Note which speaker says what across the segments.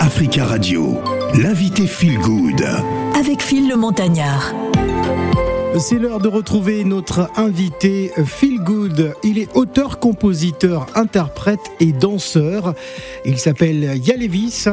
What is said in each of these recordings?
Speaker 1: Africa Radio, l'invité Phil Good.
Speaker 2: Avec Phil le Montagnard.
Speaker 3: C'est l'heure de retrouver notre invité Phil Good. Il est auteur, compositeur, interprète et danseur. Il s'appelle Yalevis.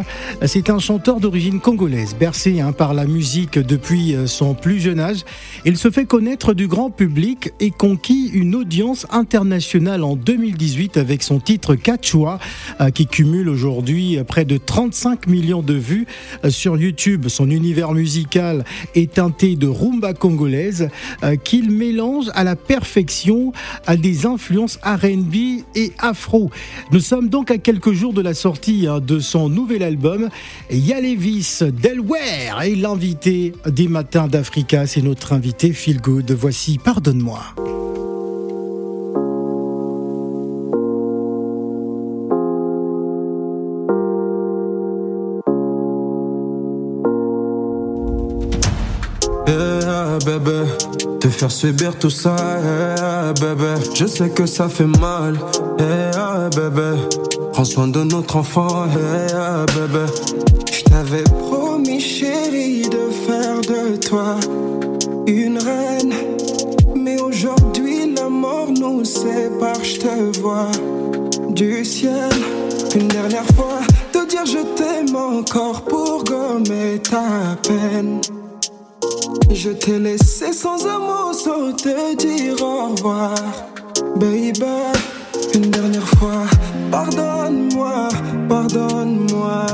Speaker 3: C'est un chanteur d'origine congolaise, bercé hein, par la musique depuis euh, son plus jeune âge. Il se fait connaître du grand public et conquit une audience internationale en 2018 avec son titre Quechua, euh, qui cumule aujourd'hui euh, près de 35 millions de vues euh, sur YouTube. Son univers musical est teinté de rumba congolaise euh, qu'il mélange à la perfection à des influences RB et afro. Nous sommes donc à quelques jours de la sortie hein, de son nouvel album Yalevis Delaware et l'invité des matins d'Africa, c'est notre invité Phil Good. Voici Pardonne-moi.
Speaker 4: Eh, ah, bébé Te faire subir tout ça, eh, eh, bébé Je sais que ça fait mal, eh, bébé Prends soin de notre enfant, eh, ah, bébé Je t'avais promis chérie de faire de toi une reine Mais aujourd'hui la mort nous sépare, je te vois du ciel Une dernière fois, te dire je t'aime encore pour gommer ta peine je t'ai laissé sans un mot, sans te dire au revoir. Baby, une dernière fois, pardonne-moi, pardonne-moi.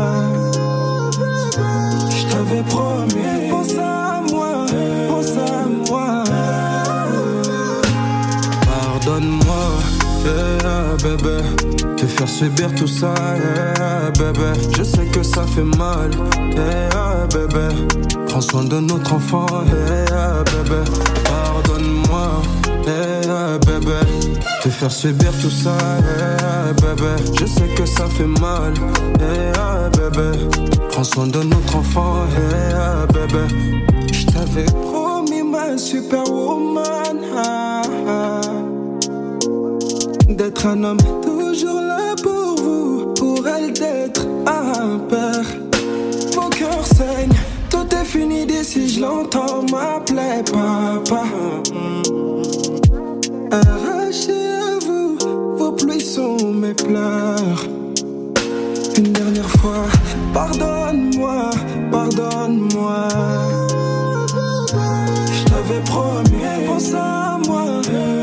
Speaker 4: Je t'avais promis, pense à moi, pense à moi. Pardonne-moi, eh, bébé. Te faire subir tout ça, eh, bébé. Je sais que ça fait mal, eh, bébé. Prends soin de notre enfant, hey, hey bébé. Pardonne-moi, hey, hey, bébé. Te faire subir tout ça, hey, bébé. Je sais que ça fait mal, hey, bébé. Prends soin de notre enfant, hey, bébé. Je t'avais promis ma superwoman. Ah, ah. D'être un homme toujours là pour vous, pour elle d'être un père. Vos cœurs saignent fini d'ici, je l'entends m'appeler papa. Arraché à vous, vos pluies sont mes pleurs. Une dernière fois, pardonne-moi, pardonne-moi. Je t'avais promis, pense à moi,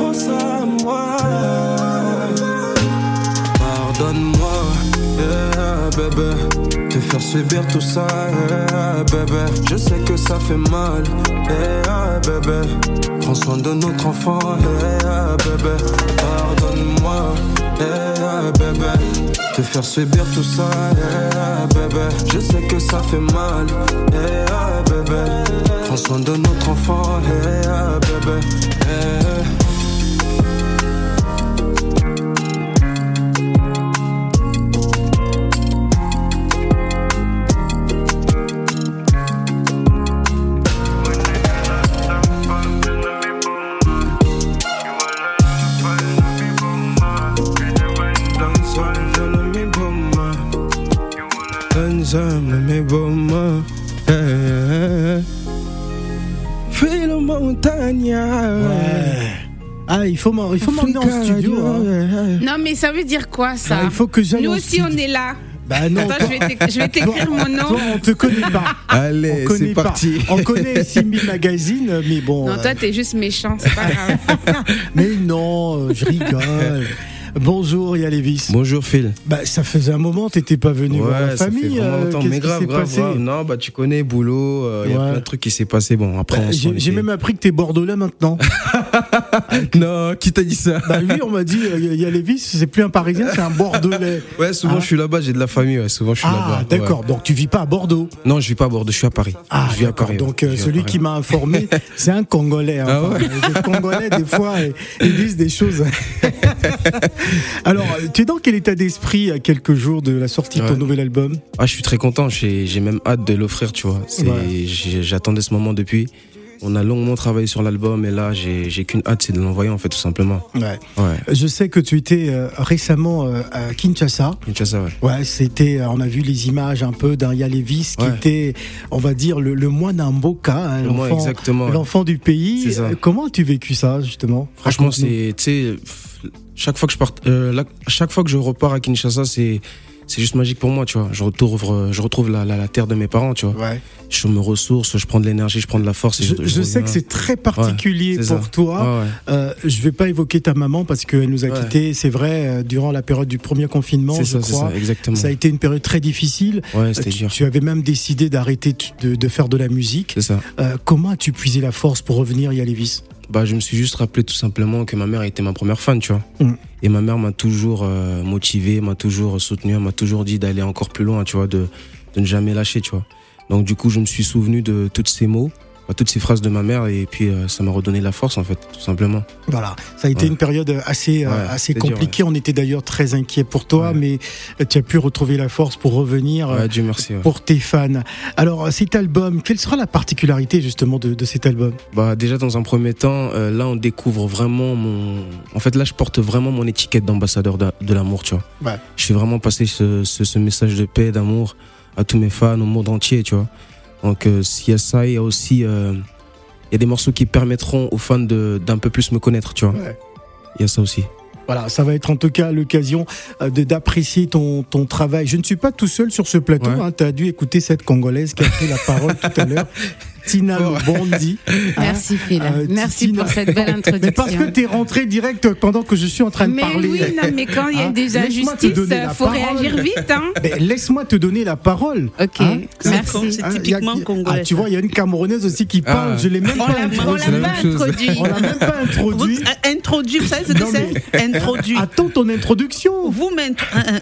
Speaker 4: pense à moi. Pardonne-moi, yeah, bébé faire subir tout ça, eh, bébé. Je sais que ça fait mal, eh, bébé. Prends soin de notre enfant, eh, bébé. Pardonne-moi, eh, bébé. Te faire subir tout ça, eh, bébé. Je sais que ça fait mal, eh, bébé. Prends soin de notre enfant, eh, bébé. Eh. eh. eh.
Speaker 5: Euh.
Speaker 3: Ah, il faut m'emmener en studio.
Speaker 4: eh,
Speaker 3: Hein.
Speaker 5: Non, mais ça veut dire quoi ça
Speaker 3: ah, Il faut que
Speaker 5: Nous aussi, on est là.
Speaker 3: Bah non.
Speaker 5: Attends, je vais t'écrire mon nom.
Speaker 3: Toi, on te connaît pas.
Speaker 6: Allez, c'est parti.
Speaker 3: Ah, On connaît Simbi Magazine, mais bon. euh,
Speaker 5: Non, toi, t'es juste méchant, c'est pas grave.
Speaker 3: mais non, euh, je rigole. Bonjour Yalevis.
Speaker 6: Bonjour Phil.
Speaker 3: Bah ça faisait un moment t'étais pas venu
Speaker 6: ouais,
Speaker 3: voir la
Speaker 6: ça
Speaker 3: famille.
Speaker 6: Fait euh, longtemps. mais grave, grave, grave, Non bah tu connais boulot, il euh, ouais. y a plein de trucs qui s'est passé. Bon après. Bah,
Speaker 3: J'ai même appris que t'es bordelais maintenant.
Speaker 6: non, qui t'a dit ça
Speaker 3: Bah lui on m'a dit euh, Yalevis c'est plus un Parisien c'est un bordelais.
Speaker 6: ouais souvent ah. je suis là-bas j'ai de la famille ouais, souvent je suis
Speaker 3: ah,
Speaker 6: là-bas.
Speaker 3: D'accord
Speaker 6: ouais.
Speaker 3: donc tu vis pas à Bordeaux.
Speaker 6: Non je vis pas à Bordeaux je suis à Paris.
Speaker 3: Ah
Speaker 6: je vis
Speaker 3: à Paris. Donc celui qui m'a informé c'est un Congolais. hein.
Speaker 4: Ah
Speaker 3: Les Congolais des fois ils disent des choses. Alors, tu es dans quel état d'esprit à quelques jours de la sortie ouais. de ton nouvel album
Speaker 6: Ah, je suis très content. J'ai même hâte de l'offrir, tu vois. Ouais. J'attendais ce moment depuis.
Speaker 4: On a longuement travaillé sur l'album et là, j'ai j'ai qu'une hâte, c'est de l'envoyer en fait, tout simplement.
Speaker 3: Ouais.
Speaker 4: Ouais.
Speaker 3: Je sais que tu étais euh, récemment euh, à Kinshasa.
Speaker 4: Kinshasa, ouais.
Speaker 3: Ouais, c'était, euh, on a vu les images un peu d'un Yalevis qui
Speaker 4: Ouais.
Speaker 3: était, on va dire, le, le moine un boca, hein,
Speaker 4: Le moine,
Speaker 3: l'enfant-
Speaker 4: exactement, ouais.
Speaker 3: l'enfant du pays.
Speaker 4: C'est ça.
Speaker 3: Euh, Comment as-tu vécu ça, justement
Speaker 4: Franchement,
Speaker 3: Raconte-nous.
Speaker 4: c'est, tu sais, pff, chaque fois que je part, euh, la- chaque fois que je repars à Kinshasa, c'est, c'est juste magique pour moi, tu vois. Je retrouve, euh, je retrouve la, la, la terre de mes parents, tu vois.
Speaker 3: Ouais.
Speaker 4: Je me ressource, je prends de l'énergie, je prends de la force. et
Speaker 3: Je, je sais
Speaker 4: reviens.
Speaker 3: que c'est très particulier
Speaker 4: Ouais, c'est
Speaker 3: pour
Speaker 4: ça.
Speaker 3: toi.
Speaker 4: Ouais, ouais.
Speaker 3: Euh, je vais pas évoquer ta maman parce qu'elle nous a
Speaker 4: Ouais.
Speaker 3: quittés, c'est vrai, euh, durant la période du premier confinement,
Speaker 4: c'est
Speaker 3: je
Speaker 4: ça, c'est
Speaker 3: crois.
Speaker 4: ça, exactement.
Speaker 3: Ça a été une période très difficile.
Speaker 4: ouais, c'était
Speaker 3: Euh, tu,
Speaker 4: dur.
Speaker 3: tu avais même décidé d'arrêter tu- de, de faire de la musique.
Speaker 4: C'est ça.
Speaker 3: Euh, comment as-tu puisé la force pour revenir, Yalevis
Speaker 4: Bah, je me suis juste rappelé tout simplement que ma mère était ma première fan, tu vois.
Speaker 3: Mm.
Speaker 4: Et ma mère m'a toujours euh, motivé, m'a toujours soutenu, m'a toujours dit d'aller encore plus loin, tu vois, de, de ne jamais lâcher, tu vois. Donc du coup, je me suis souvenu de toutes ces mots, bah, toutes ces phrases de ma mère, et puis euh, ça m'a redonné la force, en fait, tout simplement.
Speaker 3: Voilà, ça a été
Speaker 4: Ouais.
Speaker 3: une période assez, euh,
Speaker 4: Ouais,
Speaker 3: assez
Speaker 4: c'est dur,
Speaker 3: compliquée. On était d'ailleurs très inquiets pour toi,
Speaker 4: Ouais.
Speaker 3: mais tu as pu retrouver la force pour revenir. euh,
Speaker 4: Ouais, Dieu merci. ouais.
Speaker 3: Pour tes fans. Alors, euh, cet album, quelle sera la particularité justement de, de cet album
Speaker 4: Bah déjà dans un premier temps, euh, là on découvre vraiment mon. En fait là je porte vraiment mon étiquette d'ambassadeur de, de l'amour, tu vois.
Speaker 3: Ouais.
Speaker 4: Je fais vraiment passer ce, ce- ce message de paix, d'amour à tous mes fans, au monde entier, tu vois. Donc euh, s'il y a ça, il y a aussi euh, il y a des morceaux qui permettront aux fans de- d'un peu plus me connaître, tu vois.
Speaker 3: Ouais.
Speaker 4: Il y a ça aussi.
Speaker 3: Voilà, ça va être en tout cas l'occasion euh, de- d'apprécier ton, ton travail. Je ne suis pas tout seul sur ce plateau.
Speaker 4: Ouais.
Speaker 3: tu as dû écouter cette Congolaise qui a pris la parole tout à l'heure, Tina Bondi.
Speaker 5: Merci Phil,
Speaker 3: Euh,
Speaker 5: merci
Speaker 3: Tina-
Speaker 5: pour cette belle
Speaker 3: Mais
Speaker 5: introduction.
Speaker 3: parce que tu es rentré direct pendant que je suis en train de
Speaker 7: mais
Speaker 3: parler.
Speaker 7: oui, non, mais quand il y a
Speaker 3: Hein
Speaker 7: des
Speaker 3: Laisse-moi te
Speaker 7: injustices,
Speaker 3: donner la
Speaker 7: il faut
Speaker 3: parole.
Speaker 7: réagir vite. Hein.
Speaker 3: Mais Eh, ben, laisse-moi te donner la parole.
Speaker 5: Ok,
Speaker 3: Hein
Speaker 5: merci.
Speaker 3: Hein, il y a- Ah, tu vois, il y a une Camerounaise aussi qui
Speaker 4: Ah.
Speaker 3: parle. Je l'ai même
Speaker 8: On
Speaker 3: pas
Speaker 8: l'a on
Speaker 3: introduit.
Speaker 8: l'a pas introduit.
Speaker 3: On l'a même pas introduit.
Speaker 8: euh, Introduire, vous savez ce que
Speaker 3: Non,
Speaker 8: c'est Introduire.
Speaker 3: Attends Ah. ton introduction.
Speaker 8: Vous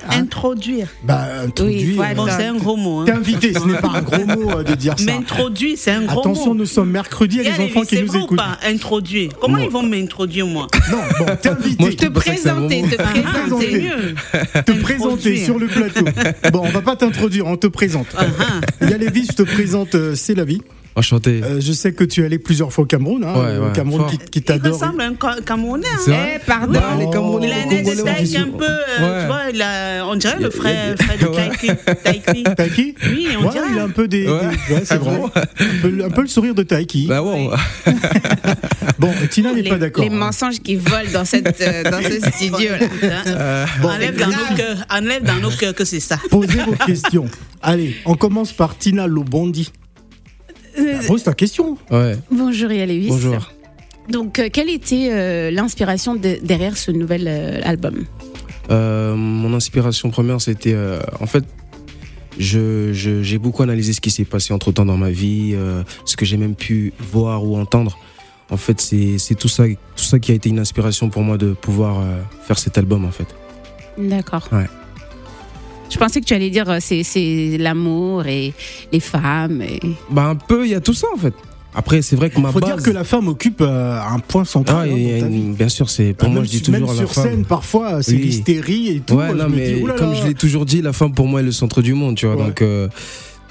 Speaker 8: m'introduire.
Speaker 3: Bah, introduit.
Speaker 7: voilà.
Speaker 8: Bon, c'est un gros mot. hein.
Speaker 3: T'es invité, ce n'est pas un gros mot euh, de dire ça.
Speaker 8: M'introduire, c'est un gros
Speaker 3: Attention,
Speaker 8: mot.
Speaker 3: nous sommes mercredi, il y a
Speaker 8: Yann
Speaker 3: les
Speaker 8: Lévy,
Speaker 3: enfants qui
Speaker 8: c'est
Speaker 3: nous
Speaker 8: vrai ou
Speaker 3: écoutent. Bah,
Speaker 8: pas Introduire. Comment ils vont m'introduire, moi Ah,
Speaker 3: Non, bon, t'es invité.
Speaker 4: Moi,
Speaker 3: je
Speaker 4: je
Speaker 7: Te
Speaker 4: Tu pensais que ça
Speaker 7: présenter, te
Speaker 3: vaut-
Speaker 7: présenter.
Speaker 8: C'est mieux. Ah,
Speaker 3: te présenter sur le plateau. Bon, on va pas t'introduire, on te présente.
Speaker 8: Ah.
Speaker 3: Il y a Lévi, je te présente, euh, c'est la vie.
Speaker 4: Enchanté.
Speaker 3: Euh, je sais que tu es allé plusieurs fois au Cameroun, hein,
Speaker 4: Ouais,
Speaker 3: au
Speaker 4: ouais,
Speaker 3: Cameroun
Speaker 4: fort.
Speaker 3: qui, qui
Speaker 8: Il
Speaker 3: t'adore.
Speaker 8: ressemble à un Ca- Camerounais. hein.
Speaker 4: C'est vrai
Speaker 7: Eh, pardon.
Speaker 3: Ah,
Speaker 4: Bah, les Camerounais,
Speaker 8: Il
Speaker 4: les
Speaker 8: a un air de
Speaker 4: Congolais, on dit
Speaker 8: taille un
Speaker 4: souvent.
Speaker 8: peu, euh,
Speaker 4: Ouais.
Speaker 8: tu vois, il a- on dirait le frère, frère de Taiki.
Speaker 3: T'as qui
Speaker 8: Oui, on
Speaker 3: Ouais,
Speaker 8: dirait.
Speaker 3: il a un peu des.
Speaker 4: Ouais.
Speaker 3: des- ouais, c'est vrai. Un peu, un peu le sourire de Taiki.
Speaker 4: Bah ouais.
Speaker 3: Bon, Tina n'est
Speaker 7: Les,
Speaker 3: pas d'accord.
Speaker 7: les mensonges qui volent dans, cette, euh, dans ce studio. Là.
Speaker 3: Bon,
Speaker 8: Enlève dans nos cœurs, enlève dans nos cœurs que c'est ça.
Speaker 3: Posez vos questions. Allez, on commence par Tina Lobondi.
Speaker 8: Euh,
Speaker 3: Bah, Pose ta question.
Speaker 4: ouais.
Speaker 5: Bonjour Yalévis.
Speaker 4: Bonjour.
Speaker 5: Donc, euh, quelle était euh, l'inspiration de- derrière ce nouvel euh, album
Speaker 4: Euh, mon inspiration première, c'était. euh, en fait, je- je- j'ai beaucoup analysé ce qui s'est passé entre temps dans ma vie, euh, ce que j'ai même pu voir ou entendre. En fait, c'est c'est tout ça, tout ça qui a été une inspiration pour moi de pouvoir euh, faire cet album, en fait.
Speaker 5: D'accord.
Speaker 4: Ouais.
Speaker 5: Je pensais que tu allais dire euh, c'est- c'est l'amour et les femmes. et-
Speaker 4: Bah, un peu, il y a tout ça, en fait. Après, c'est vrai que ma
Speaker 3: Faut
Speaker 4: base.
Speaker 3: dire que la femme occupe euh, un point
Speaker 4: Ah,
Speaker 3: central.
Speaker 4: il y a
Speaker 3: hein, dans ta vie. Bah,
Speaker 4: une- bien sûr, c'est pour
Speaker 3: Même
Speaker 4: moi, je dis
Speaker 3: sur-
Speaker 4: toujours à
Speaker 3: même
Speaker 4: la
Speaker 3: sur
Speaker 4: femme.
Speaker 3: scène, parfois, c'est
Speaker 4: Oui.
Speaker 3: l'hystérie et tout.
Speaker 4: Ouais,
Speaker 3: Moi,
Speaker 4: non,
Speaker 3: je me
Speaker 4: mais
Speaker 3: dis, oh oulala.
Speaker 4: comme je l'ai toujours dit, la femme, pour moi, est le centre du monde, tu vois.
Speaker 3: Ouais.
Speaker 4: Donc, euh,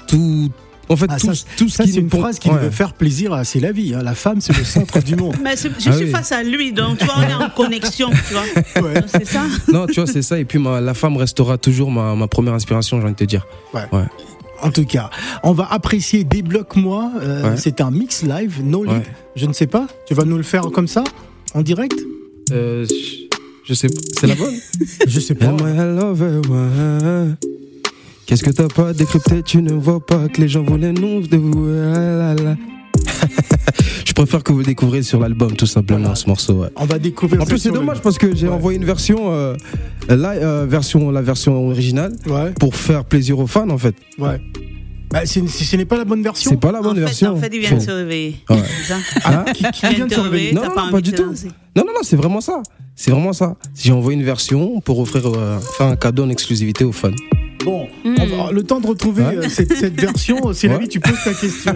Speaker 4: tout. En fait,
Speaker 3: Ah,
Speaker 4: tout,
Speaker 3: ça,
Speaker 4: tout ce
Speaker 3: ça,
Speaker 4: qui
Speaker 3: c'est une
Speaker 4: nous con-
Speaker 3: phrase qui
Speaker 4: Ouais.
Speaker 3: devait faire plaisir à C'est la vie. hein. La femme, c'est le centre du monde.
Speaker 8: Mais c'est- je
Speaker 4: Ah
Speaker 8: suis
Speaker 4: oui.
Speaker 8: face à lui, donc tu vois, on est en connexion, tu vois.
Speaker 3: Ouais.
Speaker 8: C'est ça
Speaker 4: Non, tu vois, c'est ça. Et puis, ma- la femme restera toujours ma, ma première inspiration, j'ai envie de te dire.
Speaker 3: En tout cas, on va apprécier Débloque-moi. Euh,
Speaker 4: Ouais.
Speaker 3: C'est un mix live, no lead.
Speaker 4: Ouais.
Speaker 3: Je ne sais pas. Tu vas nous le faire comme ça En direct
Speaker 4: Euh, je- je sais pas. C'est la bonne
Speaker 3: Je sais pas.
Speaker 4: Am I a lover, ouais. Qu'est-ce que t'as pas décrypté Tu ne vois pas que les gens voulaient nous de vous. Ah là là. Je préfère que vous le découvriez sur l'album, tout simplement,
Speaker 3: Voilà.
Speaker 4: ce morceau. ouais.
Speaker 3: On va découvrir.
Speaker 4: En
Speaker 3: ça
Speaker 4: plus, c'est
Speaker 3: sur le-
Speaker 4: dommage parce que j'ai
Speaker 3: Ouais.
Speaker 4: envoyé une version, euh, la, euh, version, la version originale,
Speaker 3: Ouais,
Speaker 4: pour faire plaisir aux fans, en fait.
Speaker 3: ouais. Bah, c'est- c'est- ce n'est pas la bonne version.
Speaker 4: C'est pas la
Speaker 8: en
Speaker 4: bonne
Speaker 8: fait,
Speaker 4: version.
Speaker 8: En fait, il vient de
Speaker 4: Faut-
Speaker 8: se réveiller.
Speaker 4: Ouais.
Speaker 8: C'est ça
Speaker 4: Hein
Speaker 3: Qui, qui vient de
Speaker 8: te
Speaker 3: surveiller.
Speaker 8: réveiller,
Speaker 4: Non,
Speaker 8: t'as
Speaker 4: non,
Speaker 8: pas
Speaker 4: pas
Speaker 8: envie
Speaker 4: du
Speaker 8: de te
Speaker 4: tout.
Speaker 8: lancer.
Speaker 4: Non, non, non, c'est vraiment ça. C'est vraiment ça. J'ai envoyé une version pour offrir, euh, faire un cadeau en exclusivité aux fans.
Speaker 3: Bon, on va- le temps de retrouver
Speaker 4: Ouais.
Speaker 3: euh, cette, cette version. C'est la
Speaker 4: Ouais.
Speaker 3: vie, tu poses ta question.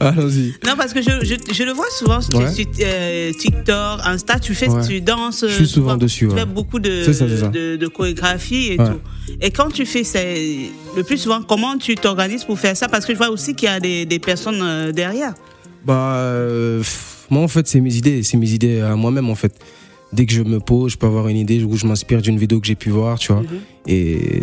Speaker 4: Allons-y.
Speaker 8: Non, parce que je, je, je le vois souvent sur,
Speaker 4: Ouais.
Speaker 8: sur, euh, TikTok, Insta, tu fais,
Speaker 4: Ouais.
Speaker 8: tu danses.
Speaker 4: Je suis
Speaker 8: tu
Speaker 4: souvent
Speaker 8: vois,
Speaker 4: dessus,
Speaker 8: Tu
Speaker 4: ouais.
Speaker 8: fais beaucoup de,
Speaker 4: C'est ça, c'est ça.
Speaker 8: de, de chorégraphie et
Speaker 4: Ouais.
Speaker 8: tout. Et quand tu fais ça, le plus souvent, comment tu t'organises pour faire ça Parce que je vois aussi qu'il y a des, des personnes euh, derrière.
Speaker 4: Bah, euh, pff, moi, en fait, c'est mes idées. C'est mes idées à moi-même, en fait. Dès que je me pose, je peux avoir une idée où je m'inspire d'une vidéo que j'ai pu voir, tu vois.
Speaker 8: Mhm.
Speaker 4: Et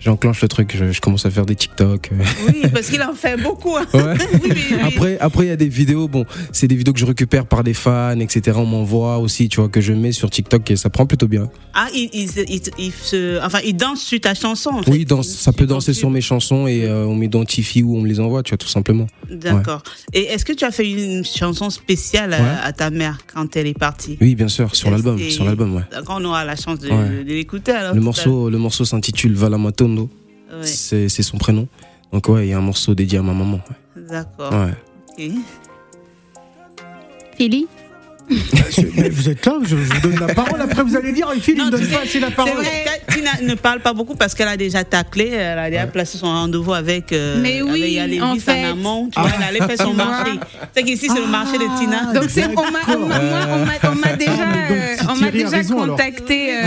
Speaker 4: j'enclenche le truc. Je, je commence à faire des TikTok.
Speaker 8: Oui, parce qu'il en fait beaucoup. hein.
Speaker 4: Ouais.
Speaker 8: Oui, oui, oui.
Speaker 4: Après, après, il y a des vidéos. Bon, c'est des vidéos que je récupère par des fans, etc. On m'envoie aussi, tu vois, que je mets sur TikTok et ça prend plutôt bien.
Speaker 8: Ah, il, il se- il- il se- enfin, il danse sur ta chanson. en fait.
Speaker 4: Oui, danse, ça peut danser
Speaker 8: danser.
Speaker 4: sur mes chansons et euh, on m'identifie ou on me les envoie, tu vois, tout simplement.
Speaker 8: D'accord. Et est-ce que tu as fait une chanson spéciale à-
Speaker 4: Ouais.
Speaker 8: à ta mère quand elle est partie
Speaker 4: Oui, bien sûr, sur
Speaker 8: Et
Speaker 4: l'album,
Speaker 8: c'est-
Speaker 4: sur l'album, ouais.
Speaker 8: D'accord, on aura la chance de,
Speaker 4: Ouais.
Speaker 8: de l'écouter. alors,
Speaker 4: Le
Speaker 8: tout à
Speaker 4: morceau, le morceau s'intitule Valamatondo.
Speaker 8: l'heure. bah. Ouais,
Speaker 4: C'est c'est son prénom. Donc ouais, il y a un morceau dédié à ma maman.
Speaker 8: D'accord.
Speaker 4: ouais. Ouais.
Speaker 8: ok.
Speaker 5: Philly
Speaker 3: Mais vous êtes là, je, je vous donne la parole. Après, vous allez dire, Phil, il
Speaker 8: Non,
Speaker 3: ne donne
Speaker 8: tu sais,
Speaker 3: pas assez la
Speaker 8: C'est
Speaker 3: parole.
Speaker 8: vrai, Tina ne parle pas beaucoup parce qu'elle a déjà taclé, elle a déjà placé son rendez-vous avec, euh,
Speaker 5: Mais oui,
Speaker 8: avec Yalévis
Speaker 5: en fait. Ah.
Speaker 8: amont. Tu vois, elle allait faire son marché. C'est qu'ici, c'est le marché de Tina.
Speaker 5: Donc c'est on m'a on m'a- moi, on m'a- on m'a déjà
Speaker 3: mais donc,
Speaker 5: euh,
Speaker 3: si
Speaker 5: on m'a
Speaker 3: Thierry a
Speaker 5: déjà
Speaker 3: raison, alors.
Speaker 5: contacté euh,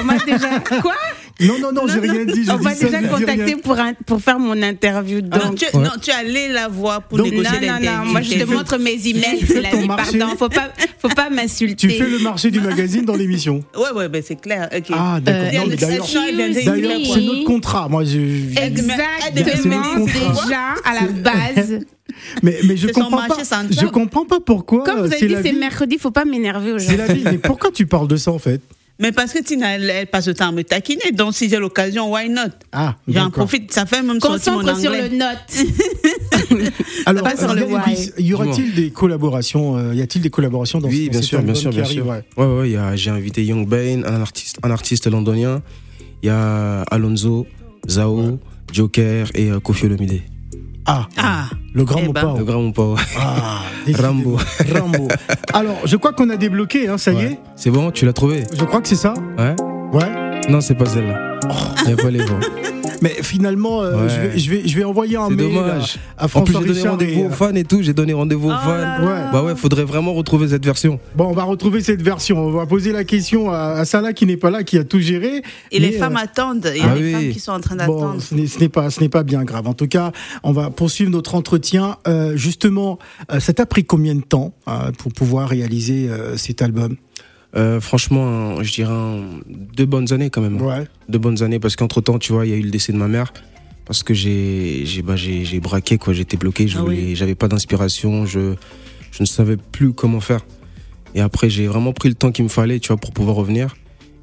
Speaker 5: on m'a déjà quoi
Speaker 3: Non, non, non, j'ai rien dit. je
Speaker 5: on
Speaker 3: dis
Speaker 5: m'a
Speaker 3: ça,
Speaker 5: déjà
Speaker 3: je dis
Speaker 5: contacté
Speaker 3: rien.
Speaker 5: pour un- pour faire mon interview
Speaker 8: Donc,
Speaker 5: donc
Speaker 8: Ah, tu, non, tu allais la voir pour
Speaker 3: Donc,
Speaker 5: non,
Speaker 8: négocier
Speaker 5: non,
Speaker 8: l'interview.
Speaker 5: non, moi je te montre mes emails,
Speaker 3: tu fais
Speaker 5: c'est la
Speaker 3: ton
Speaker 5: vie,
Speaker 3: marché.
Speaker 5: pardon, faut pas, faut pas m'insulter.
Speaker 3: Tu fais le marché du magazine dans l'émission.
Speaker 8: Ouais, ouais, ben, c'est clair. ok.
Speaker 3: Ah,
Speaker 5: Euh,
Speaker 3: d'accord. Non, mais
Speaker 8: elle-
Speaker 3: d'ailleurs,
Speaker 8: elle- elle-
Speaker 3: d'ailleurs,
Speaker 8: elle-
Speaker 3: c'est notre contrat. Moi, je- je- C'est
Speaker 5: Exactement,
Speaker 3: le contrat.
Speaker 5: déjà à la base.
Speaker 3: mais, mais je
Speaker 8: C'est son
Speaker 3: comprends pas.
Speaker 8: marché central.
Speaker 3: Je comprends pas pourquoi.
Speaker 5: Comme
Speaker 3: euh,
Speaker 5: vous avez
Speaker 3: c'est
Speaker 5: dit,
Speaker 3: la
Speaker 5: c'est
Speaker 3: vie.
Speaker 5: mercredi, faut pas m'énerver
Speaker 3: C'est
Speaker 5: aujourd'hui.
Speaker 3: la vie. Mais pourquoi tu parles de ça en fait
Speaker 8: Mais parce que Tina, elle, elle passe le temps à me taquiner. Donc, si j'ai l'occasion, why not
Speaker 3: Ah,
Speaker 8: J'en
Speaker 3: d'accord.
Speaker 8: profite. Ça fait même sortir mon
Speaker 5: Concentre sur le
Speaker 8: anglais.
Speaker 5: note.
Speaker 3: Alors,
Speaker 5: pas sur
Speaker 3: euh,
Speaker 5: le
Speaker 3: Yann Elbis, y aura-t-il des collaborations euh, Y a-t-il des collaborations dans
Speaker 4: Oui,
Speaker 3: ce-
Speaker 4: bien
Speaker 3: cet
Speaker 4: sûr, bien
Speaker 3: album
Speaker 4: sûr,
Speaker 3: qui
Speaker 4: bien
Speaker 3: arrive,
Speaker 4: sûr.
Speaker 3: ouais.
Speaker 4: Ouais, ouais, il y a- j'ai invité Young Bane, un artiste, un artiste londonien. Il y a Alonso, Zao, Joker et euh, Kofi Olomide.
Speaker 3: Ah,
Speaker 8: Ah,
Speaker 3: le grand
Speaker 8: Eh
Speaker 3: mot
Speaker 8: ben.
Speaker 3: pas. oh.
Speaker 4: Le grand mon pauvre.
Speaker 3: Ah, décidément.
Speaker 4: Rambo.
Speaker 3: Rambo. Alors, je crois qu'on a débloqué, hein, ça y
Speaker 4: Ouais.
Speaker 3: est.
Speaker 4: C'est bon, tu l'as trouvé
Speaker 3: Je crois que c'est ça.
Speaker 4: Ouais.
Speaker 3: Ouais.
Speaker 4: Non, c'est pas celle-là. Il y a pas les vents.
Speaker 3: Mais finalement, euh,
Speaker 4: Ouais.
Speaker 3: je, vais, je, vais, je vais envoyer un
Speaker 4: C'est
Speaker 3: mail
Speaker 4: dommage.
Speaker 3: Oh, à, à
Speaker 4: En plus,
Speaker 3: François
Speaker 4: j'ai donné
Speaker 3: Richard. et,
Speaker 4: rendez-vous
Speaker 3: euh,
Speaker 4: aux fans et tout. J'ai donné rendez-vous aux fans.
Speaker 3: là.
Speaker 4: Bah ouais, faudrait vraiment retrouver cette version.
Speaker 3: Bon, on va retrouver cette version. On va poser la question à, à Salah qui n'est pas là, qui a tout géré.
Speaker 8: et les
Speaker 3: Mais,
Speaker 8: femmes
Speaker 3: euh,
Speaker 8: attendent. Il y a
Speaker 4: ah
Speaker 8: des
Speaker 4: oui.
Speaker 8: femmes qui sont en train
Speaker 3: Bon,
Speaker 8: d'attendre.
Speaker 3: ce n'est ce n'est pas, ce n'est pas bien grave. En tout cas, on va poursuivre notre entretien. Euh, justement, euh, ça t'a pris combien de temps euh, pour pouvoir réaliser euh, cet album
Speaker 4: Euh, franchement, un- je dirais un- deux bonnes années quand même.
Speaker 3: Ouais.
Speaker 4: Deux bonnes années parce qu'entre temps, tu vois, il y a eu le décès de ma mère. Parce que j'ai j'ai bah, j'ai j'ai braqué, quoi. J'étais bloqué, je
Speaker 8: Ah oui.
Speaker 4: voulais- j'avais pas d'inspiration, je, je ne savais plus comment faire. Et après, j'ai vraiment pris le temps qu'il me fallait, tu vois, pour pouvoir revenir.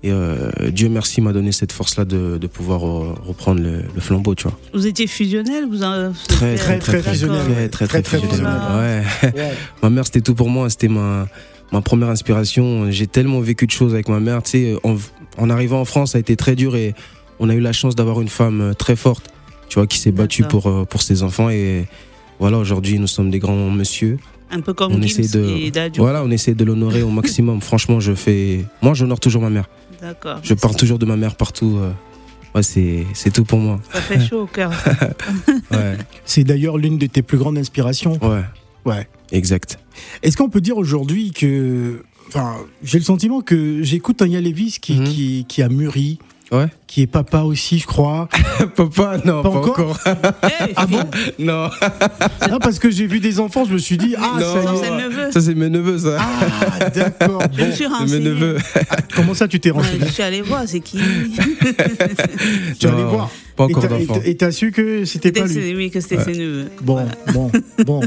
Speaker 4: Et euh, Dieu merci m'a donné cette force-là de, de pouvoir euh, reprendre le, le flambeau, tu vois.
Speaker 8: Vous étiez fusionnel vous en...
Speaker 4: Très,
Speaker 3: Très,
Speaker 4: très,
Speaker 3: très
Speaker 4: très,
Speaker 3: fusionnel.
Speaker 4: Très,
Speaker 3: Très,
Speaker 4: très, très,
Speaker 3: très
Speaker 4: fusionnel.
Speaker 8: fusionnel.
Speaker 4: Ouais. Ma mère, c'était tout pour moi. C'était ma, ma première inspiration. J'ai tellement vécu de choses avec ma mère. Tu sais, en, en arrivant en France, ça a été très dur et on a eu la chance d'avoir une femme euh, très forte, tu vois, qui s'est battue
Speaker 8: D'accord.
Speaker 4: pour, euh, pour ses enfants. Et voilà, aujourd'hui, nous sommes des grands monsieur.
Speaker 8: Un peu comme
Speaker 4: On
Speaker 8: Gims
Speaker 4: essaie de-
Speaker 8: et Dadju.
Speaker 4: Voilà, on essaie de l'honorer au maximum. Franchement, je fais. Moi, j'honore toujours ma mère.
Speaker 8: D'accord.
Speaker 4: Je pars toujours de ma mère partout. euh. Ouais, c'est c'est tout pour moi.
Speaker 8: Ça fait chaud au cœur.
Speaker 4: Ouais,
Speaker 3: C'est d'ailleurs l'une de tes plus grandes inspirations.
Speaker 4: ouais,
Speaker 3: Ouais.
Speaker 4: exact.
Speaker 3: Est-ce qu'on peut dire aujourd'hui que. Enfin, j'ai le sentiment que j'écoute Tania Lévis qui,
Speaker 4: Mhm.
Speaker 3: qui, qui a mûri.
Speaker 4: Ouais.
Speaker 3: Qui est papa aussi, je crois.
Speaker 4: Papa, non,
Speaker 3: Pas
Speaker 4: Ah, pas,
Speaker 3: encore
Speaker 4: encore.
Speaker 8: Eh,
Speaker 3: Ah bon
Speaker 4: Non.
Speaker 3: Non, parce que j'ai vu des enfants, je me suis dit, ah,
Speaker 4: Non.
Speaker 3: ça
Speaker 8: non,
Speaker 3: y est.
Speaker 8: c'est neveu.
Speaker 4: Ça, c'est mes neveux, ça.
Speaker 3: Ah, d'accord.
Speaker 8: Je me
Speaker 3: Bon,
Speaker 8: suis
Speaker 4: C'est mes
Speaker 8: renseigné.
Speaker 4: neveux.
Speaker 3: comment ça, tu t'es renseigné
Speaker 8: Je suis allée voir, c'est qui
Speaker 3: Tu vas
Speaker 4: Non,
Speaker 3: aller voir. Et
Speaker 4: Pas encore
Speaker 3: t'as- et
Speaker 4: d'enfant.
Speaker 3: t'as- Et t'as su que c'était pas lui.
Speaker 8: C'est- Oui, que c'était ses neveux.
Speaker 3: Bon, bon, bon.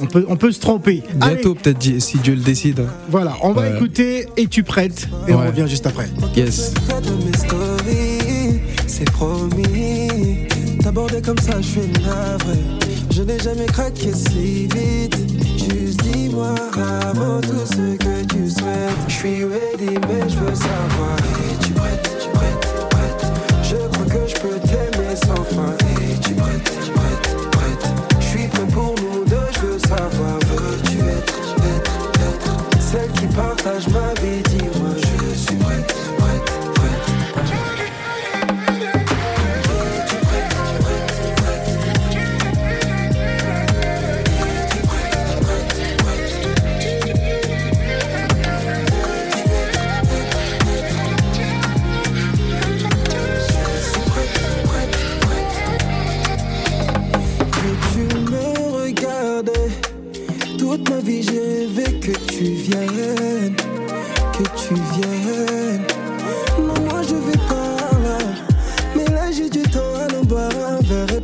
Speaker 3: On peut, on peut se tromper. Allez,
Speaker 4: Bientôt, peut-être, di- si Dieu le décide. hein.
Speaker 3: voilà, on va
Speaker 4: Ouais.
Speaker 3: écouter Es-tu prête Et on
Speaker 4: Ouais.
Speaker 3: revient juste après.
Speaker 4: Yes.
Speaker 9: près de mes stories, c'est promis. T'aborder comme ça, je suis navré. Je n'ai jamais craqué si vite. Juste dis-moi avant tout ce que tu souhaites. Je suis ready, mais je veux savoir. Es-tu prête, tu prête, prête? Je crois que je peux t'aimer sans fin. Es-tu prête, tu prête, prête? Je suis prêt pour nous deux, je veux savoir. Veux-tu être, être, être? Celle qui partage ma vie, dis-moi, je suis prête, prête.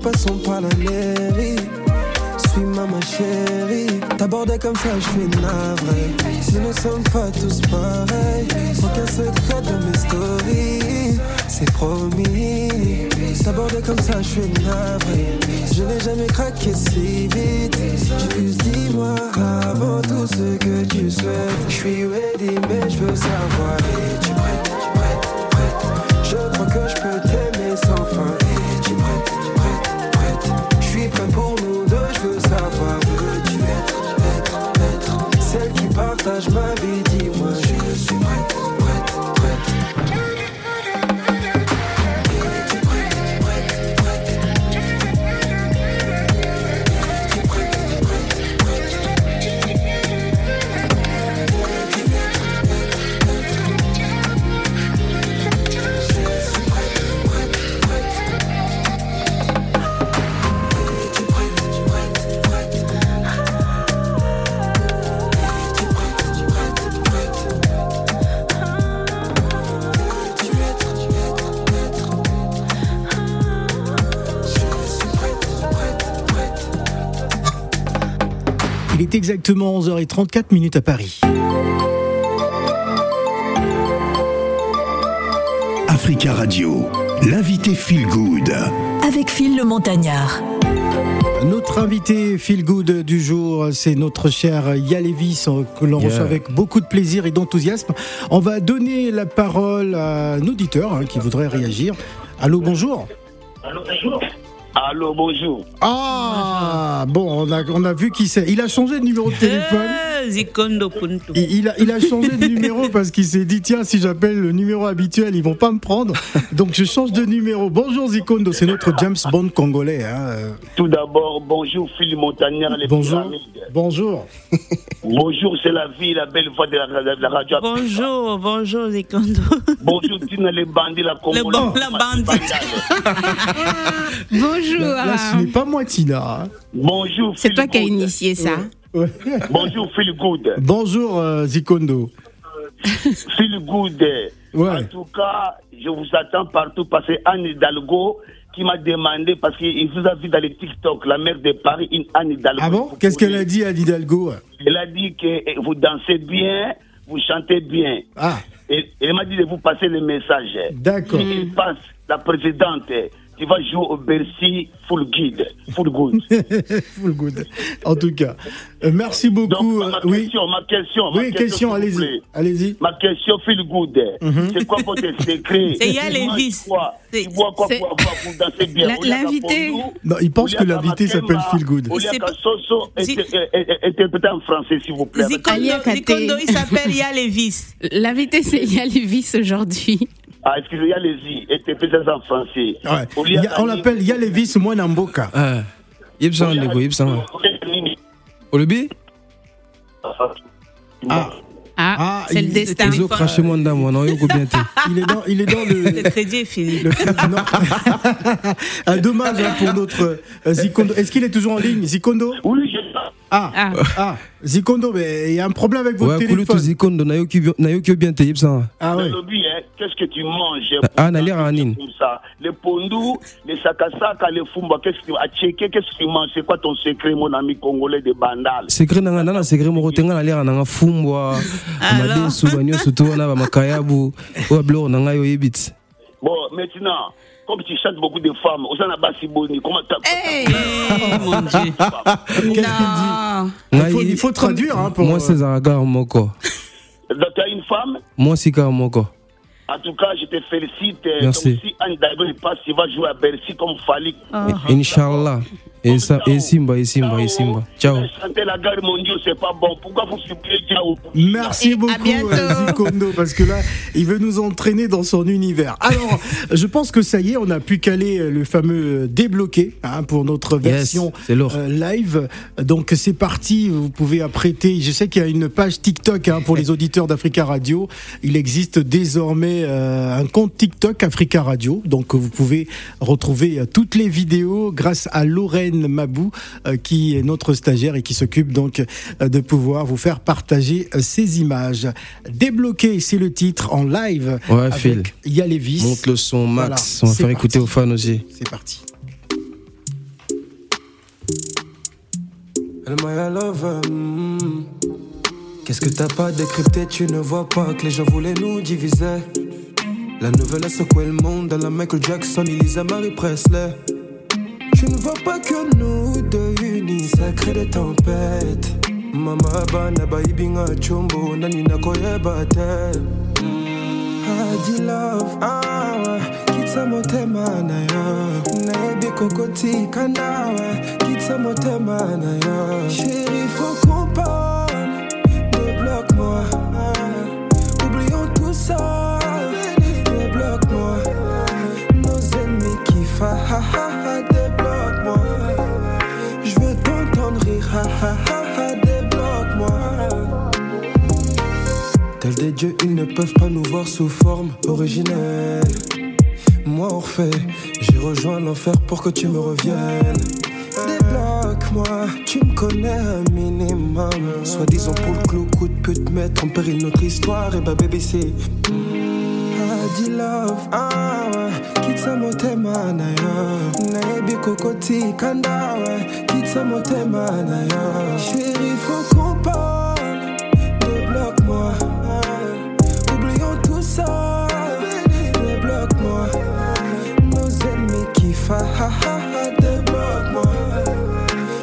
Speaker 9: passons par la mairie. Suis-moi ma chérie, t'abordais comme ça, je suis navré. Nous ne sommes pas tous pareils, aucun secret dans mes stories. C'est promis, t'abordais comme ça, je suis navré. Je n'ai jamais craqué si vite. Juste dis-moi avant tout ce que tu souhaites. Je suis ready, mais je veux savoir. Es-tu prête, prête, prête? Je crois que je peux t'aimer sans fin. Es-tu prête, prête, prête? Je suis prêt pour nous deux, je veux savoir. Veux-tu être, être, être? Celle qui partage ma vie, dis-moi. Je suis prête, prête, prête. Es-tu prête, prête, prête?
Speaker 3: Il est exactement 11h34 minutes à Paris.
Speaker 1: Africa Radio, l'invité Feel Good.
Speaker 10: avec Phil le Montagnard.
Speaker 3: Notre invité Feel Good du jour, c'est notre cher Yalevis euh, que l'on
Speaker 4: Yeah.
Speaker 3: reçoit avec beaucoup de plaisir et d'enthousiasme. On va donner la parole à un auditeur hein, qui voudrait réagir. Allô, bonjour.
Speaker 11: Allô, bonjour.
Speaker 3: Ah bon, on a, on a vu qui c'est. Il a changé de numéro de téléphone.
Speaker 8: Euh, Zikondo Puntu.
Speaker 3: Il, il a, il a changé de numéro parce qu'il s'est dit tiens si j'appelle le numéro habituel ils vont pas me prendre donc je change de numéro. Bonjour Zikondo, c'est notre James Bond congolais. hein, euh.
Speaker 11: Tout d'abord, bonjour Phil Montagnard, les
Speaker 3: Bonjour.
Speaker 11: pyramides.
Speaker 3: Bonjour.
Speaker 11: Bonjour, c'est la vie, la belle voix de la, de la radio.
Speaker 8: Bonjour, bonjour Zikondo.
Speaker 11: Bonjour, Tina, les bandits, la
Speaker 8: Le
Speaker 11: Congolaise.
Speaker 8: bon, la bande.
Speaker 5: Bonjour.
Speaker 3: Là ce n'est pas moi Tina. hein.
Speaker 11: Bonjour,
Speaker 5: C'est
Speaker 11: Phil
Speaker 5: toi qui as
Speaker 11: Good.
Speaker 5: initié ça.
Speaker 3: Ouais.
Speaker 11: Bonjour, Phil Good.
Speaker 3: Bonjour euh, Zikondo.
Speaker 11: Phil Good.
Speaker 3: Ouais.
Speaker 11: En tout cas, je vous attends partout parce que Anne Hidalgo qui m'a demandé, parce qu'il vous a vu dans les TikTok, la mère de Paris, une Anne Hidalgo.
Speaker 3: Ah bon Qu'est-ce qu'elle a dit à Hidalgo
Speaker 11: Elle a dit que eh, vous dansez bien, vous chantez bien.
Speaker 3: Ah
Speaker 11: Et elle m'a dit de vous passer le message.
Speaker 3: d'accord.
Speaker 11: Si tu passes la présidente, tu vas jouer au Bercy full guide, full good.
Speaker 3: Full good. En tout cas, Euh, merci beaucoup.
Speaker 11: Donc, ma,
Speaker 3: euh,
Speaker 11: ma
Speaker 3: oui.
Speaker 11: question, ma question, ma
Speaker 3: Oui, question,
Speaker 11: s'il vous
Speaker 3: allez-y.
Speaker 11: plaît.
Speaker 3: Allez-y.
Speaker 11: Ma question, feel good. C'est quoi votre secret
Speaker 8: C'est Yann
Speaker 11: Tu manges
Speaker 8: Lévis.
Speaker 11: quoi
Speaker 8: C'est-
Speaker 11: Tu bois quoi
Speaker 5: c'est-
Speaker 11: pour avoir- vous dansez bien
Speaker 5: La- l'invité.
Speaker 3: Non, il pense que l'invité s'appelle Feel Good.
Speaker 8: C'est pas-
Speaker 11: Soso,
Speaker 8: Zi-
Speaker 11: interprété en français, s'il vous plaît.
Speaker 5: Alia
Speaker 8: Zikondo,
Speaker 5: Katé.
Speaker 8: Zikondo, il s'appelle Yalevis.
Speaker 5: L'invité, c'est Yalevis aujourd'hui.
Speaker 11: Ah, excusez, allez-y, interprétez en français.
Speaker 3: Ouais. Il y a- on l'appelle Yalevis Mwanamboka.
Speaker 4: Ah, yebsa ndeko yebsa olobi
Speaker 3: Ah,
Speaker 5: Ah,
Speaker 3: Ah,
Speaker 5: c'est le
Speaker 3: il-
Speaker 5: destin.
Speaker 8: Ils ont-
Speaker 4: ozokrashe mwa ndambo wana oyoko bien te
Speaker 3: il est dans, il est dans le.
Speaker 8: Le crédit est fini.
Speaker 3: Le club, non. Un dommage hein, pour notre euh, Zikondo. Est-ce qu'il est toujours en ligne, Zikondo
Speaker 11: Oui, je sais.
Speaker 3: Ah, ah,
Speaker 5: Ah.
Speaker 3: Zikondo, mais il y a un problème avec votre
Speaker 4: ouais kulutu
Speaker 3: téléphone.
Speaker 4: zikondo nayoki bio- nayoki yo bien te yebsa
Speaker 3: Ah ouais.
Speaker 11: Le lobby, hein, qu'est-ce que tu manges
Speaker 4: Ah, on a l'air à Nîmes.
Speaker 11: comme ça Les pondous, les sakasaka, les fumba, qu'est-ce que tu as checké Qu'est-ce que tu manges C'est quoi ton secret, mon ami congolais de Bandal
Speaker 4: sekre nanga nana sekre moko te nga nalera nanga fumbwa amadesu banyonso to wana bamakayabu oyo abiloko na ngai oyebi te
Speaker 11: Bon, maintenant, comme tu chantes beaucoup de femmes, aux Anabasi Boni, comment t'as.
Speaker 5: Hey,
Speaker 8: Eh, Mon Dieu.
Speaker 3: Qu'est-ce qu'il dit
Speaker 5: non.
Speaker 3: il faut, il faut traduire hein, pour.
Speaker 4: mwasi ezalaka kaka moko
Speaker 11: Donc, tu as une femme
Speaker 4: mwasi kaka moko
Speaker 11: En tout cas, je te félicite. hein.
Speaker 4: Merci.
Speaker 11: Donc, si Anne Dago ne passe, il va jouer à Bercy comme Fali.
Speaker 4: Eh, inshallah Esa- esimba esimba esimba eh, ciao
Speaker 11: Chanter la guerre mondiale, c'est pas bon. Pourquoi vous suppliez Diao
Speaker 3: Merci
Speaker 5: Et à
Speaker 3: beaucoup,
Speaker 5: bientôt.
Speaker 3: euh, Zikondo, parce que là, il veut nous entraîner dans son univers. Alors, je pense que ça y est, on a pu caler euh, le fameux euh, débloqué hein, pour notre
Speaker 4: Yes,
Speaker 3: version
Speaker 4: c'est lourd.
Speaker 3: euh, live. Donc, c'est parti. Vous pouvez apprêter. Je sais qu'il y a une page TikTok hein, pour les auditeurs d'Africa Radio. Il existe désormais euh, un compte TikTok Africa Radio. Donc, vous pouvez retrouver euh, toutes les vidéos grâce à Lorraine Mabou, euh, qui est notre stagiaire et qui s'occupe donc euh, de pouvoir vous faire partager euh, ces images. Débloqué, c'est le titre en live.
Speaker 4: Ouais, Phil.
Speaker 3: avec Yalevis.
Speaker 4: monte le son
Speaker 3: Voilà,
Speaker 4: max on va
Speaker 3: c'est
Speaker 4: faire
Speaker 3: parti.
Speaker 4: écouter aux fans aussi
Speaker 3: C'est parti.
Speaker 9: Elle m'a love. hmm. Qu'est-ce que t'as pas décrypté Tu ne vois pas que les gens voulaient nous diviser. La nouvelle a secoué le monde. À la Michael Jackson, Elisa Marie Presley. Tu ne vois pas que nous deux unis, ça crée des tempêtes. Mama bana baibinga chombo nani nakoyeba te. Hadi love hour kitsa motema na yo nayebi kokotika nawe kitsa motema na yo chéri faut qu'on parle débloque-moi ah. oublions tout ça débloque-moi ah. nos ennemis qui fa ha ha ha débloque-moi ah. je veux t'entendre rire ha ha ha ha débloque-moi Tels des dieux, ils ne peuvent pas nous voir sous forme originelle. Moi, Orphée, j'ai rejoint l'enfer pour que tu me reviennes. Débloque-moi, tu me connais un minimum. Soi-disant pour le clou, coup de pute, mettre en péril notre histoire. Et bah, bébé, c'est. Hadi love ah hour kitsa motema na yo nayebi kokotika ndawe kitsa motema na yo chéri faut qu'on parle débloque-moi. Oublions tout ça, débloque-moi. Nos ennemis qui fa ha ha ha, débloque-moi.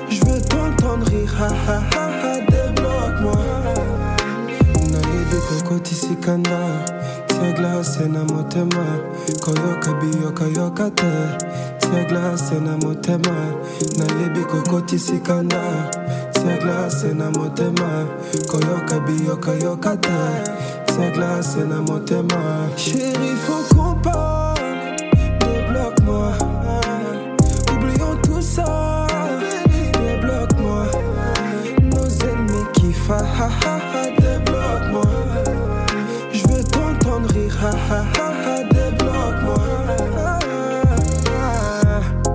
Speaker 9: Je veux t'entendre rire ha ha ha ha, débloque-moi. nayebi kokotisika na tia glase na motema koyoka biyokayoka te tia glase na motema nayebi kokotisika na tia glase na motema koyoka biyokayoka te tia glase na motema chéri faut qu'on parle débloque-moi oublions tout ça débloque-moi nos ennemis qui fa ha ha ha débloque-moi je veux t'entendre rire, ha ha ha ha, débloque-moi. Ah, ah, ah.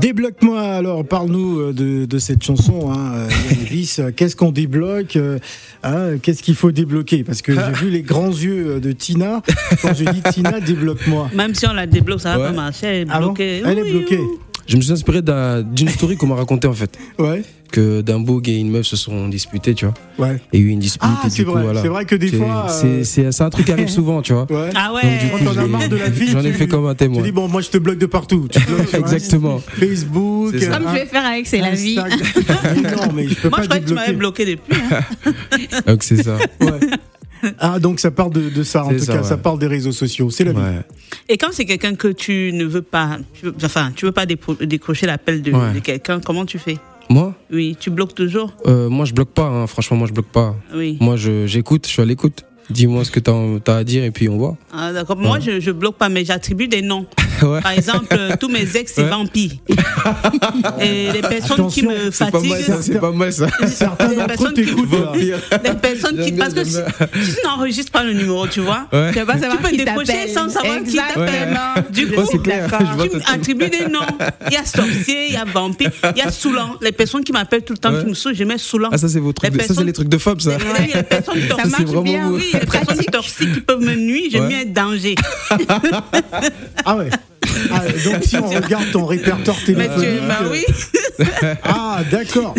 Speaker 3: Débloque-moi alors, parle-nous euh, de, de cette chanson, hein, euh, Yann Elvis. Euh, Qu'est-ce qu'on débloque euh, hein, Qu'est-ce qu'il faut débloquer Parce que j'ai vu les grands yeux euh, de Tina quand je dis Tina, débloque-moi.
Speaker 8: Même si on la débloque, ça va
Speaker 4: Ouais.
Speaker 8: pas marcher. Elle est
Speaker 3: Ah bon
Speaker 8: bloquée.
Speaker 3: Elle est
Speaker 8: Oui,
Speaker 3: bloquée.
Speaker 8: oui.
Speaker 4: Je me suis inspiré d'un- d'une story qu'on m'a racontée en fait.
Speaker 3: Ouais,
Speaker 4: Que d'un boug et une meuf se sont disputés, tu vois.
Speaker 3: ouais.
Speaker 4: Et il y a eu une dispute.
Speaker 3: Ah,
Speaker 4: et
Speaker 3: c'est
Speaker 4: du coup,
Speaker 3: vrai,
Speaker 4: voilà.
Speaker 3: c'est vrai que des
Speaker 4: C'est-
Speaker 3: fois, euh,
Speaker 4: C'est c'est- c'est un truc qui arrive souvent, tu vois.
Speaker 3: ouais.
Speaker 8: Ah ouais.
Speaker 4: Donc, du coup,
Speaker 3: Quand t'en as
Speaker 4: je l'ai-
Speaker 3: marre de la fille,
Speaker 4: J'en ai
Speaker 3: tu-
Speaker 4: fait comme un
Speaker 3: Tu
Speaker 4: témoin.
Speaker 3: dis, bon, moi je te bloque de partout. Tu te bloques sur
Speaker 4: Exactement.
Speaker 3: Facebook.
Speaker 4: C'est ça.
Speaker 5: Comme je vais faire avec C'est la vie.
Speaker 3: Instagram. Mais non, mais je peux
Speaker 8: Moi,
Speaker 3: pas
Speaker 8: je croyais que tu m'avais
Speaker 3: débloquer.
Speaker 8: bloqué depuis. hein.
Speaker 4: Donc c'est ça.
Speaker 3: Ouais. Ah, donc ça part de, de ça, en
Speaker 4: C'est
Speaker 3: tout
Speaker 4: ça,
Speaker 3: cas, ça
Speaker 4: ouais.
Speaker 3: part des réseaux sociaux. C'est la vie.
Speaker 4: Ouais.
Speaker 8: Et quand c'est quelqu'un que tu ne veux pas, tu veux- enfin, tu veux pas dépro- décrocher l'appel de,
Speaker 4: Ouais.
Speaker 8: de quelqu'un, comment tu fais
Speaker 4: Moi,
Speaker 8: Oui, tu bloques toujours
Speaker 4: euh, moi je bloque pas. hein. Franchement, moi je bloque pas.
Speaker 8: Oui.
Speaker 4: Moi je- j'écoute, je suis à l'écoute. Dis-moi ce que t'as t'as à dire et puis on voit.
Speaker 8: Ah, d'accord. Moi, je, je bloque pas, mais j'attribue des noms.
Speaker 4: Ouais.
Speaker 8: Par exemple, euh, tous mes ex, c'est
Speaker 4: Ouais.
Speaker 8: vampires. Et les personnes qui
Speaker 3: Attention,
Speaker 8: me
Speaker 4: C'est pas mal
Speaker 8: fatiguent.
Speaker 4: ça. C'est pas mal ça.
Speaker 3: Certains
Speaker 8: Les
Speaker 3: d'entre eux
Speaker 8: personnes Euh, qui-
Speaker 3: t'écoutent. là.
Speaker 8: Les personnes qui.
Speaker 4: J'aime
Speaker 8: Parce que
Speaker 4: bien,
Speaker 8: si,
Speaker 4: j'aime
Speaker 8: si tu n'enregistres pas le numéro, tu vois,
Speaker 4: Ouais.
Speaker 5: Tu vas pas savoir
Speaker 8: tu peux
Speaker 5: qui
Speaker 8: décrocher
Speaker 5: t'appelle.
Speaker 8: sans savoir qui t'appelle. hein.
Speaker 5: Exactement. Oh,
Speaker 8: Du
Speaker 4: Ouais,
Speaker 8: coup,
Speaker 4: c'est clair.
Speaker 5: d'accord.
Speaker 4: Je vois
Speaker 8: tu
Speaker 4: ton
Speaker 8: me
Speaker 4: truc.
Speaker 8: attribues des noms. Il y a sorcier, il y a vampire, il y a Soulan. Les personnes qui m'appellent tout le temps,
Speaker 4: Ouais.
Speaker 8: qui me saoulent, je mets Soulan.
Speaker 4: Ah ça c'est vos trucs.
Speaker 8: Les
Speaker 4: de- Ça c'est
Speaker 8: personnes-
Speaker 4: les trucs de Fab ça.
Speaker 8: Les- les personnes
Speaker 4: Ça marche
Speaker 8: toxiques,
Speaker 4: vraiment bien, vous.
Speaker 8: oui, les personnes toxiques qui peuvent me nuire, j'ai
Speaker 4: Ouais.
Speaker 8: mis un danger.
Speaker 3: Ah ouais. Ah, donc si on regarde ton répertoire téléphonique.
Speaker 8: Mathieu, bah oui,
Speaker 3: Ah d'accord.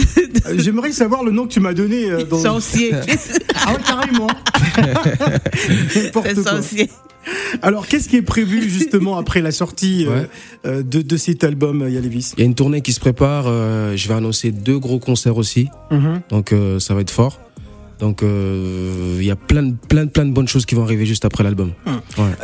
Speaker 3: Euh, J'aimerais savoir le nom que tu m'as donné. euh, dans-
Speaker 8: sorcier,
Speaker 3: Ah ouais, carrément. N'importe
Speaker 8: c'est
Speaker 3: quoi.
Speaker 8: sorcier.
Speaker 3: Alors qu'est-ce qui est prévu justement après la sortie euh,
Speaker 4: Ouais.
Speaker 3: euh, de, de cet album, euh, Yalevis
Speaker 4: Il y a une tournée qui se prépare. euh, je vais annoncer deux gros concerts aussi.
Speaker 3: Mhm.
Speaker 4: Donc euh, ça va être fort. Donc euh, il y a plein de, plein, de- plein de bonnes choses qui vont arriver juste après l'album.
Speaker 3: Euh,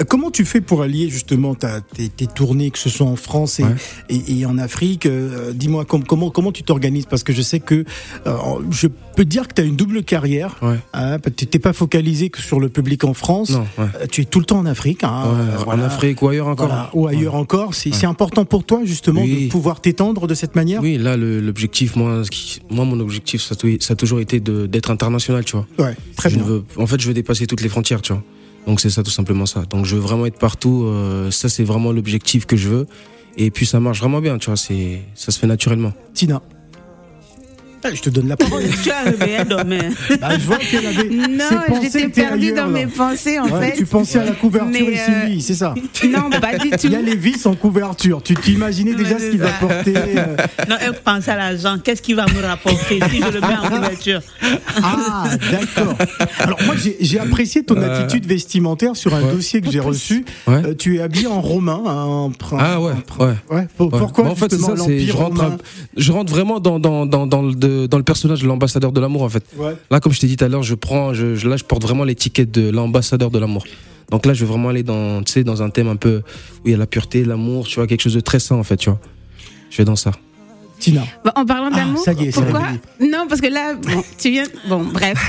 Speaker 3: Comment tu fais pour allier justement ta, tes, tes tournées, que ce soit en France et,
Speaker 4: Ouais.
Speaker 3: et- et en Afrique euh, Dis-moi com- comment, comment tu t'organises Parce que je sais que euh, je peux te dire que tu as une double carrière.
Speaker 4: Ouais.
Speaker 3: hein, parce que tu n'es pas focalisé que sur le public en France.
Speaker 4: Non, ouais.
Speaker 3: Euh, Tu es tout le temps en Afrique. hein,
Speaker 4: Ouais,
Speaker 3: euh, voilà.
Speaker 4: En Afrique ou ailleurs encore.
Speaker 3: Voilà, ou ailleurs encore. C'est c'est important pour toi justement
Speaker 4: Oui.
Speaker 3: de pouvoir t'étendre de cette manière.
Speaker 4: Oui, là le- l'objectif, moi, ce qui- moi, mon objectif, ça, a tou- ça a toujours été de- d'être international, tu vois.
Speaker 3: Ouais, très
Speaker 4: je
Speaker 3: bien.
Speaker 4: ne veux- en fait, je veux dépasser toutes les frontières, tu vois. Donc c'est ça, tout simplement ça. Donc je veux vraiment être partout. euh, ça, c'est vraiment l'objectif que je veux. Et puis ça marche vraiment bien, tu vois, c'est, ça se fait naturellement.
Speaker 3: Tina. Ah, je te donne la parole.
Speaker 8: Tu as réveillé demain.
Speaker 3: Bah, je vois qu'elle avait ses
Speaker 7: Non,
Speaker 3: pensées
Speaker 7: j'étais
Speaker 3: étaient
Speaker 7: perdue
Speaker 3: ailleurs,
Speaker 7: dans
Speaker 3: là.
Speaker 7: mes pensées en
Speaker 3: Ouais,
Speaker 7: fait.
Speaker 3: Tu pensais à la couverture
Speaker 7: Mais,
Speaker 3: et
Speaker 7: euh,
Speaker 3: Sylvie, c'est ça
Speaker 7: Non, pas du
Speaker 3: Il y a
Speaker 7: tout.
Speaker 3: les vis en couverture. Tu t'imaginais déjà
Speaker 8: Mais
Speaker 3: ce qu'il va
Speaker 8: c'est ça.
Speaker 3: porter. euh,
Speaker 8: Non, elle pense à l'argent. Qu'est-ce qu'il va me rapporter si je le mets en couverture
Speaker 3: Ah, d'accord. Alors moi, j'ai j'ai apprécié ton attitude vestimentaire sur un dossier que j'ai reçu.
Speaker 4: Ouais.
Speaker 3: Euh, tu es habillé en romain, hein, en prin-
Speaker 4: Ah ouais,
Speaker 3: en prin-
Speaker 4: ouais.
Speaker 3: Ouais, pour-
Speaker 4: Ouais.
Speaker 3: Pourquoi
Speaker 4: Bah, En fait, c'est
Speaker 3: justement
Speaker 4: ça, c'est, je,
Speaker 3: l'empire
Speaker 4: rentre,
Speaker 3: romain
Speaker 4: un- je rentre vraiment dans, dans, dans, dans, le, de- dans le personnage de l'ambassadeur de l'amour, en fait.
Speaker 3: Ouais.
Speaker 4: Là, comme je t'ai dit tout à l'heure, je prends, je, je- là, je porte vraiment l'étiquette de l'ambassadeur de l'amour. Donc là, je vais vraiment aller dans, tu sais, dans un thème un peu où il y a la pureté, l'amour, tu vois, quelque chose de très sain, en fait, tu vois. Je vais dans ça.
Speaker 3: Tina,
Speaker 5: Bon, en parlant
Speaker 3: Ah,
Speaker 5: d'amour,
Speaker 3: ça y est, ça
Speaker 5: pourquoi
Speaker 3: réveille.
Speaker 5: Non, parce que là, bon, tu viens. Bon, bref.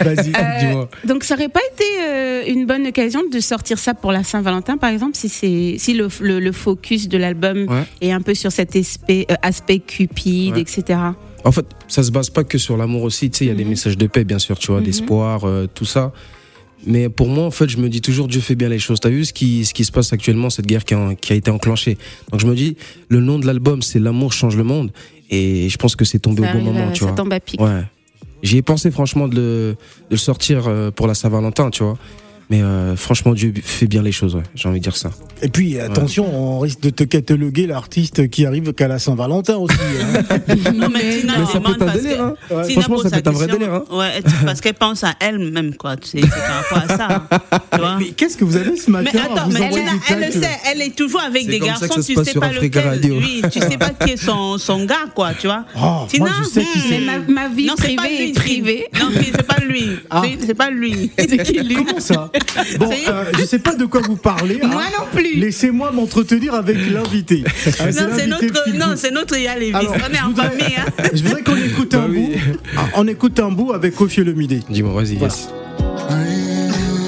Speaker 3: vas-y.
Speaker 5: Euh, donc, ça aurait pas été euh, une bonne occasion de sortir ça pour la Saint-Valentin, par exemple, si c'est si le, le, le focus de l'album
Speaker 4: Ouais.
Speaker 5: est un peu sur cet aspect, euh, aspect cupide,
Speaker 4: Ouais.
Speaker 5: etc.
Speaker 4: En fait, ça se base pas que sur l'amour aussi. Tu sais, il y a des messages de paix, bien sûr, tu vois,
Speaker 5: Mhm.
Speaker 4: d'espoir, euh, tout ça. Mais pour moi, en fait, je me dis toujours Dieu fait bien les choses. T'as vu ce qui, ce qui se passe actuellement, cette guerre qui a, qui a été enclenchée. Donc je me dis, le nom de l'album, c'est L'amour change le monde. Et je pense que c'est tombé
Speaker 5: Ça,
Speaker 4: au bon
Speaker 5: arrive,
Speaker 4: moment,
Speaker 5: euh,
Speaker 4: tu
Speaker 5: ça
Speaker 4: vois.
Speaker 5: tombe à pic.
Speaker 4: Ouais. J'y ai pensé franchement de le, de le sortir euh, pour la Saint-Valentin, tu vois. Mais euh, franchement, Dieu fait bien les choses, ouais. J'ai envie de dire ça.
Speaker 3: Et puis attention, on risque de te cataloguer l'artiste qui arrive qu'à la Saint-Valentin aussi. hein.
Speaker 8: Non, mais Tina
Speaker 4: Mais ça
Speaker 8: demande
Speaker 4: peut être un
Speaker 8: parce
Speaker 4: délire,
Speaker 8: que-
Speaker 4: hein.
Speaker 8: Tina
Speaker 4: Franchement,
Speaker 8: pose
Speaker 4: ça
Speaker 8: sa
Speaker 4: peut être un vrai
Speaker 8: question.
Speaker 4: délire, hein.
Speaker 8: Ouais, tu- parce qu'elle pense à elle-même, quoi. Tu sais, c'est par rapport à ça. hein. Tu vois
Speaker 3: Mais qu'est-ce que vous avez ce matin
Speaker 8: Mais attends,
Speaker 3: à vous
Speaker 8: mais elle,
Speaker 3: envoyer
Speaker 8: a-
Speaker 3: du euh,
Speaker 8: elle le
Speaker 3: tacle
Speaker 8: sait, elle est toujours avec
Speaker 4: C'est
Speaker 8: des
Speaker 4: comme ça
Speaker 8: garçons,
Speaker 4: que ça se
Speaker 8: tu
Speaker 4: passe
Speaker 8: sais
Speaker 4: sur
Speaker 8: pas
Speaker 4: Africa
Speaker 8: lequel.
Speaker 4: Radio.
Speaker 8: Oui, tu sais pas qui est son, son gars, quoi, tu vois.
Speaker 3: Oh, moi,
Speaker 8: Tina,
Speaker 3: je sais qui
Speaker 8: hmm,
Speaker 3: c'est.
Speaker 5: Mais ma, ma vie
Speaker 8: non, c'est pas
Speaker 5: privée
Speaker 8: lui,
Speaker 5: est privée.
Speaker 8: Non, c'est pas lui.
Speaker 3: Ah.
Speaker 8: C'est- C'est pas lui.
Speaker 3: Comment ça Bon,
Speaker 8: Ça y est.
Speaker 3: euh, je sais pas de quoi vous parlez. hein.
Speaker 5: Moi non plus.
Speaker 3: Laissez-moi m'entretenir avec l'invité. Ah,
Speaker 8: Non,
Speaker 3: l'invité
Speaker 8: c'est notre,
Speaker 3: Phil
Speaker 8: non,
Speaker 3: Good.
Speaker 8: c'est notre Yael Lévis.
Speaker 3: Alors,
Speaker 8: On est
Speaker 3: je
Speaker 8: en
Speaker 3: voudrais-
Speaker 8: famille, hein.
Speaker 3: Je voudrais qu'on écoute un
Speaker 4: Bah oui.
Speaker 3: bout. Ah, on écoute un bout avec Kofi Olomide.
Speaker 4: Dis-moi, vas-y,
Speaker 3: Voilà.
Speaker 4: yes.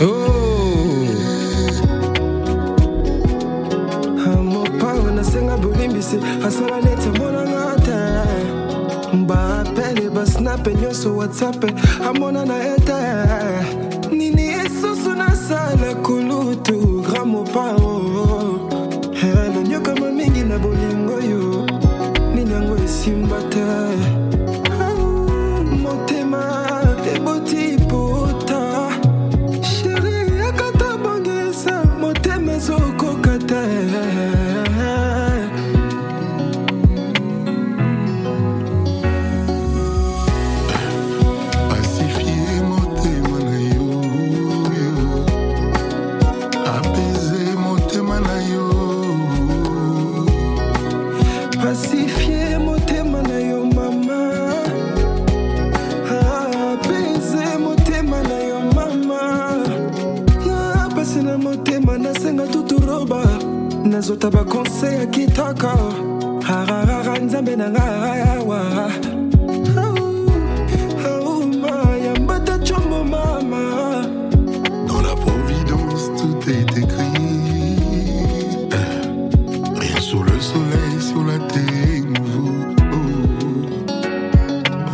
Speaker 4: Oh
Speaker 9: amopango nasenga bolimbisi asala neti amonanga te baapele basnape nyonso whatsapp amonana ete nini esusu nasala kulutu gramopao nanyokama mingi na bolingo yo nini yango esimba te motema eboti puta sheri akata bongisa motema ezokoka te
Speaker 12: Pacifier motema na yo apaiser motema na yo
Speaker 9: pasifie motema na yo mama apese Ah, motema na yo mama Ah, pasi na motema nasenga tuturoba nazota bakonsey ya kitoko ararara nzambe na nga Ah, arayawa auma ah, yambata chombo mama
Speaker 12: dans la providence tout est écrit rien sur le soleil sur la terre nouveau